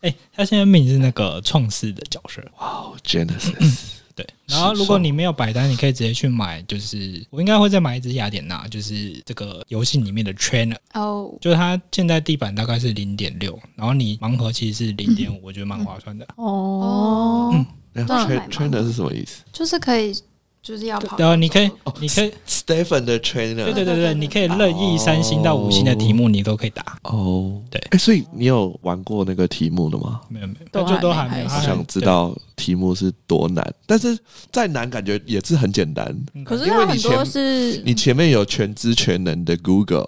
Speaker 1: 哎、他现在命是那个创世的角色，
Speaker 4: 哦 Genesis，
Speaker 1: 对。然后如果你没有百单，你可以直接去买，就是我应该会再买一只雅典娜，就是这个游戏里面的 trainer，
Speaker 3: 哦，
Speaker 1: 就是它现在地板大概是零点六，然后你盲盒其实是零点五，我觉得蛮划算的。
Speaker 2: 哦，
Speaker 4: 那
Speaker 3: 那买
Speaker 4: tra-
Speaker 3: 吗
Speaker 4: trainer 是什么意思
Speaker 3: 就是可以，就是要跑。
Speaker 1: 然后啊你可
Speaker 3: 哦
Speaker 1: 以，你可以，
Speaker 4: ？Stephen 的
Speaker 1: 对对
Speaker 4: trainer
Speaker 1: 对对，你可以任意三星到五星的题目你都可以打。
Speaker 4: 哦，
Speaker 1: 对
Speaker 4: 哎，所以你有玩过那个题目的吗？
Speaker 1: 没有没有，
Speaker 2: 都
Speaker 1: 就都
Speaker 2: 还没
Speaker 1: 还没有，
Speaker 2: 开
Speaker 1: 它
Speaker 4: 我
Speaker 1: 还
Speaker 4: 想知，道题目是多难，但是再难感觉也是很简单。
Speaker 1: 对嗯
Speaker 2: 可是
Speaker 4: 因为你
Speaker 2: 它很
Speaker 4: 前
Speaker 2: 多是
Speaker 4: 你前面有全知全能的 Google，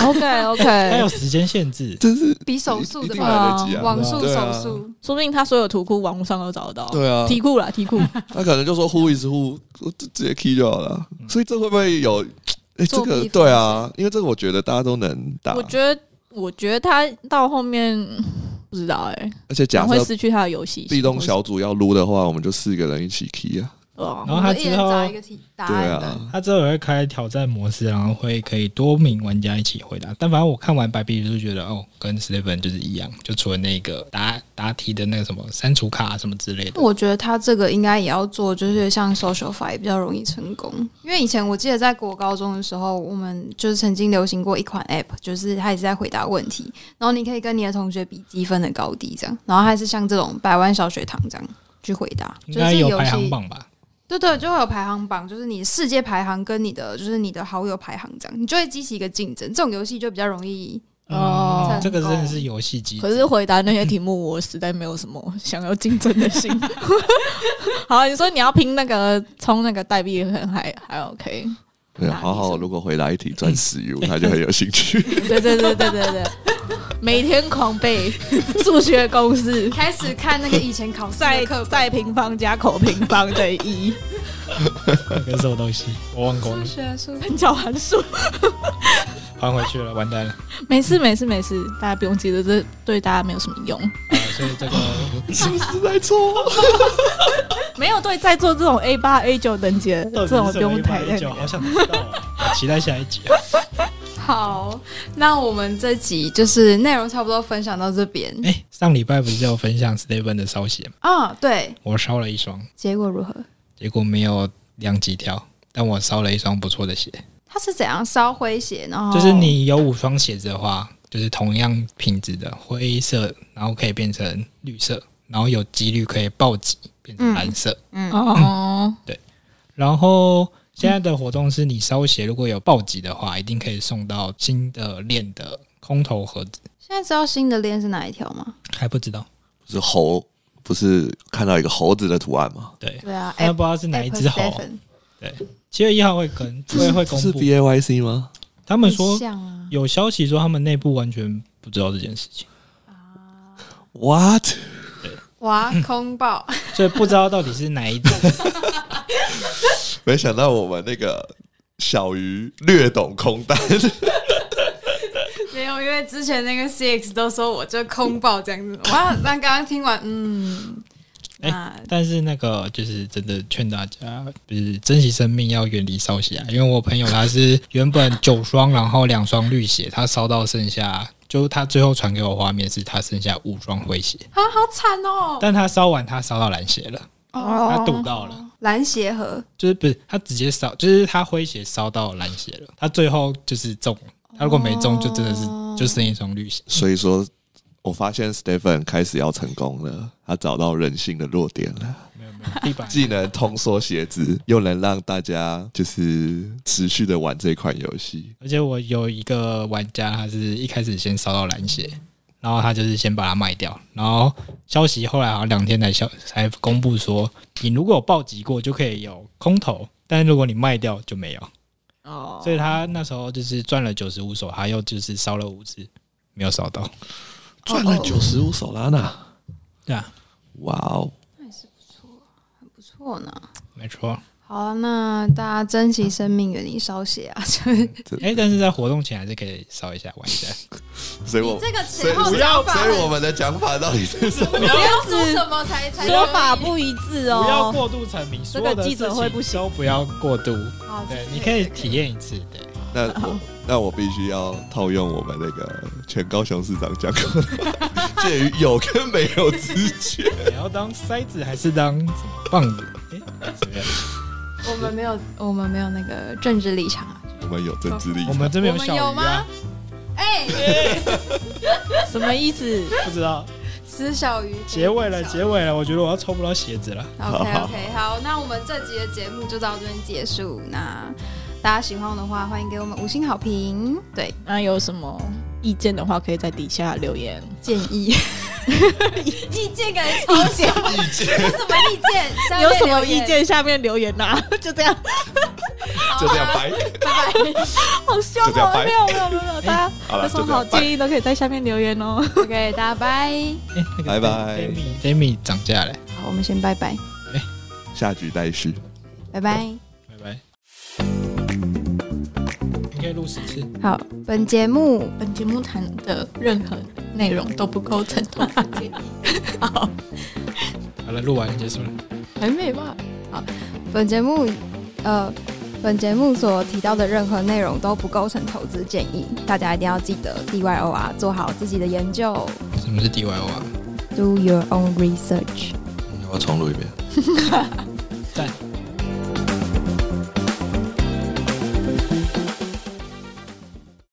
Speaker 2: OK
Speaker 1: 嗯
Speaker 4: 哎
Speaker 1: 它
Speaker 2: OK，
Speaker 1: 有时间限制，
Speaker 4: 真是
Speaker 3: 比手速
Speaker 4: 一
Speaker 3: 的
Speaker 4: 定
Speaker 3: 吧，
Speaker 4: 来得及啊，
Speaker 3: 网速、
Speaker 4: 对
Speaker 3: 手
Speaker 4: 啊
Speaker 3: 速，
Speaker 2: 说不定他所有图库网络上都找得到。
Speaker 4: 对啊，
Speaker 2: 题库啦，题库
Speaker 4: 他可能就说 Who is who，我就直接 key 就好了。
Speaker 1: 嗯
Speaker 4: 所以这会不会有？哎，这
Speaker 3: 作弊
Speaker 4: 个
Speaker 3: 方
Speaker 4: 对啊，因为这个我觉得大家都能打
Speaker 2: 我，觉得，我觉得他到后面嗯不知道哎，
Speaker 4: 而且
Speaker 2: 可
Speaker 4: 假
Speaker 2: 能会
Speaker 4: 设
Speaker 2: 失去他的游戏性
Speaker 4: 壁咚小组要撸的话，我们就四个人一起 key 啊。
Speaker 2: 对啊
Speaker 1: 然后它
Speaker 3: 我们一人
Speaker 1: 之后
Speaker 3: 找一个题答
Speaker 4: 对
Speaker 3: 案的，
Speaker 4: 啊，
Speaker 1: 他之后也会开挑战模式，然后会可以多名玩家一起回答。但反正我看完白皮就觉得，哦，跟 Steven 就是一样，就除了那个答答题的那个什么删除卡什么之类的。
Speaker 3: 我觉得他这个应该也要做，就是像 social f i 比较容易成功。因为以前我记得在国高中的时候，我们就是曾经流行过一款 app，就是它也是在回答问题，然后你可以跟你的同学比积分的高低这样，然后还是像这种百万小学堂这样去回答，
Speaker 1: 应
Speaker 3: 就是
Speaker 1: 该
Speaker 3: 这个
Speaker 1: 有
Speaker 3: 游
Speaker 1: 排行
Speaker 3: 戏。
Speaker 1: 榜吧？
Speaker 3: 对对，就会有排行榜，就是你世界排行跟你的就是你的好友排行这样，你就会激起一个竞争。这种游戏就比较容易
Speaker 2: 哦
Speaker 1: 嗯这个真的是游戏机制。
Speaker 2: 可是回答那些题目，我实在没有什么想要竞争的心。 好，你说你要拼那个充那个代币，可能还还 OK。
Speaker 4: 对，啊好好，如果回答一题赚十 U，他就很有兴趣。
Speaker 2: 对对对对对对，每天狂 背数学公式，
Speaker 3: 开始看那个以前考试
Speaker 2: 再
Speaker 3: 的课本，
Speaker 2: 再平方加口平方等于一，
Speaker 1: 那个是什么东西？我忘光
Speaker 3: 数
Speaker 1: 了，
Speaker 3: 学数学
Speaker 2: 三角函数。
Speaker 1: 还回去了，完蛋了。
Speaker 2: 没事没事没事，大家不用记得，这对大家没有什么用。
Speaker 1: 啊所以这个
Speaker 4: 是在错，
Speaker 2: 没有对在座这种 A 八 A 九等级的
Speaker 1: 到
Speaker 2: 这
Speaker 1: 底是
Speaker 2: 种不
Speaker 1: 什么
Speaker 2: 用太
Speaker 1: 119
Speaker 2: 认真
Speaker 1: 好想知道啊！我期待下一集啊。
Speaker 3: 好，那我们这集就是内容差不多分享到这边
Speaker 1: 哎，上礼拜不是有分享 Steven 的烧鞋吗？
Speaker 3: 啊、对，
Speaker 1: 我烧了一双，
Speaker 3: 结果如何？
Speaker 1: 结果没有量级跳，但我烧了一双不错的鞋。
Speaker 3: 它是怎样烧灰鞋？然后
Speaker 1: 就是你有五双鞋子的话，就是同样品质的灰色，然后可以变成绿色，然后有几率可以暴击变成蓝色。
Speaker 3: 嗯
Speaker 2: 哦。
Speaker 1: 然后现在的活动是你烧鞋如果有暴击的话，一定可以送到新的链的空投盒子，
Speaker 3: 现在知道新的链是哪一条吗？
Speaker 1: 还不知道。
Speaker 4: 是猴，不是看到一个猴子的图案吗？
Speaker 1: 对，
Speaker 3: 对啊，
Speaker 1: 但不知道是哪一只猴。七月一号会跟会会公
Speaker 4: 是
Speaker 1: 布。
Speaker 4: B A Y C 吗？
Speaker 1: 他们说
Speaker 3: 像啊，
Speaker 1: 有消息说他们内部完全不知道这件事情，
Speaker 4: What？
Speaker 3: 哇，空爆！
Speaker 1: 所以不知道到底是哪一只。
Speaker 4: 没想到我们那个小鱼略懂空单，
Speaker 3: 没有，因为之前那个 CX 都说我就空爆这样子。哇，那刚刚听完，嗯，
Speaker 1: 哎
Speaker 3: 那
Speaker 1: 但是那个就是真的劝大家，就是珍惜生命，要远离烧鞋啊。因为我朋友他是原本九双，然后两双绿鞋，他烧到剩下，就他最后传给我画面是他剩下五双灰鞋，
Speaker 3: 啊，好惨哦！
Speaker 1: 但他烧完他烧到蓝鞋了，
Speaker 3: 哦，
Speaker 1: 他赌到了。
Speaker 3: 蓝鞋盒
Speaker 1: 就是不是他直接烧，就是他灰鞋烧到蓝鞋了，他最后就是中了。他如果没中，就真的是
Speaker 3: 哦
Speaker 1: 就剩一双绿鞋。
Speaker 4: 所以说我发现 Stephen 开始要成功了，他找到人性的弱点了。
Speaker 1: 没有没有，地板
Speaker 4: 既能通缩鞋子，又能让大家就是持续的玩这款游戏。
Speaker 1: 而且我有一个玩家，他是一开始先烧到蓝鞋，然后他就是先把它卖掉，然后消息后来好像两天才消才公布说，你如果有暴击过就可以有空投，但如果你卖掉就没有。
Speaker 2: 哦
Speaker 1: 所以他那时候就是赚了九十五手，他又就是烧了五只，没有烧到。
Speaker 4: 哦赚了九十五手拉娜，
Speaker 1: 对啊，
Speaker 4: 哇哦！
Speaker 3: 不错呢。
Speaker 1: 没错。
Speaker 3: 好啊，那大家珍惜生命，远离烧血啊！ 就是
Speaker 1: 哎、但是在活动前还是可以烧一下玩一 下。
Speaker 4: 所以我
Speaker 3: 这个
Speaker 4: 所以
Speaker 3: 前后
Speaker 4: 不
Speaker 3: 讲
Speaker 4: 要，
Speaker 3: 法
Speaker 4: 所以我们的讲法到底是什 么？
Speaker 3: 不要说什么才才
Speaker 2: 说法不一致
Speaker 1: 不要
Speaker 2: 哦。
Speaker 1: 过度沉迷，
Speaker 2: 这
Speaker 1: 所
Speaker 2: 个
Speaker 1: 有的
Speaker 2: 记者
Speaker 1: 事
Speaker 2: 会
Speaker 1: 情
Speaker 2: 不行
Speaker 1: 都不要过度。
Speaker 3: 好
Speaker 1: 对，你可以体验一次。对，
Speaker 4: 那我那我必须要套用我们那个全高雄市长讲过的， 介于有跟没有之间。
Speaker 1: 你要当筛子还是当什么棒子？哎、怎么样？
Speaker 3: 我们没有，我们没有那个政治立场啊。
Speaker 4: 我们有政治立
Speaker 1: 我
Speaker 4: 场，
Speaker 1: 们这边有小鱼
Speaker 3: 我们有
Speaker 1: 啊
Speaker 3: 吗，哎，
Speaker 2: 什么意思？
Speaker 1: 不知道。
Speaker 3: 吃小鱼，
Speaker 1: 结尾了，结尾了，我觉得我要抽不到鞋子了。
Speaker 3: OK OK，好，那我们这集的节目就到这边结束。那大家喜欢我的话，欢迎给我们五星好评，对，
Speaker 2: 那有什么意见的话，可以在底下留言。
Speaker 3: 建议，意见感觉超小，
Speaker 4: 意见
Speaker 3: 有什么意见？下面
Speaker 2: 有什么
Speaker 3: 留言
Speaker 2: 意？见，下面留言呐、 就这样，
Speaker 4: 就这样掰。
Speaker 2: 好凶
Speaker 4: 就这样
Speaker 2: 哦！
Speaker 4: 掰哎
Speaker 2: 没有没有没有没有，大家
Speaker 4: 好了，
Speaker 2: 有
Speaker 4: 就
Speaker 2: 什么
Speaker 4: 这
Speaker 2: 好
Speaker 4: 样掰。
Speaker 2: 建议都可以在下面留言哦。
Speaker 3: OK，大家拜。
Speaker 1: 哎、那个
Speaker 4: 拜拜
Speaker 1: Jamie，Jamie 涨价了，
Speaker 3: 好，我们先拜拜，
Speaker 4: 下局待续。
Speaker 3: 拜拜。
Speaker 1: 拜拜。你可以录十次。
Speaker 3: 好，本节目
Speaker 2: 本节目谈的任何内容都不构成投资建议。好，
Speaker 1: 好了，录完结束了。
Speaker 2: 还没吧？
Speaker 3: 本节目呃，本节目所提到的任何内容都不构成投资建议，大家一定要记得 DYOR，做好自己的研究
Speaker 1: 什么是 DIY 啊？
Speaker 3: ，Do your own research。
Speaker 4: 我重录一遍。
Speaker 1: 赞。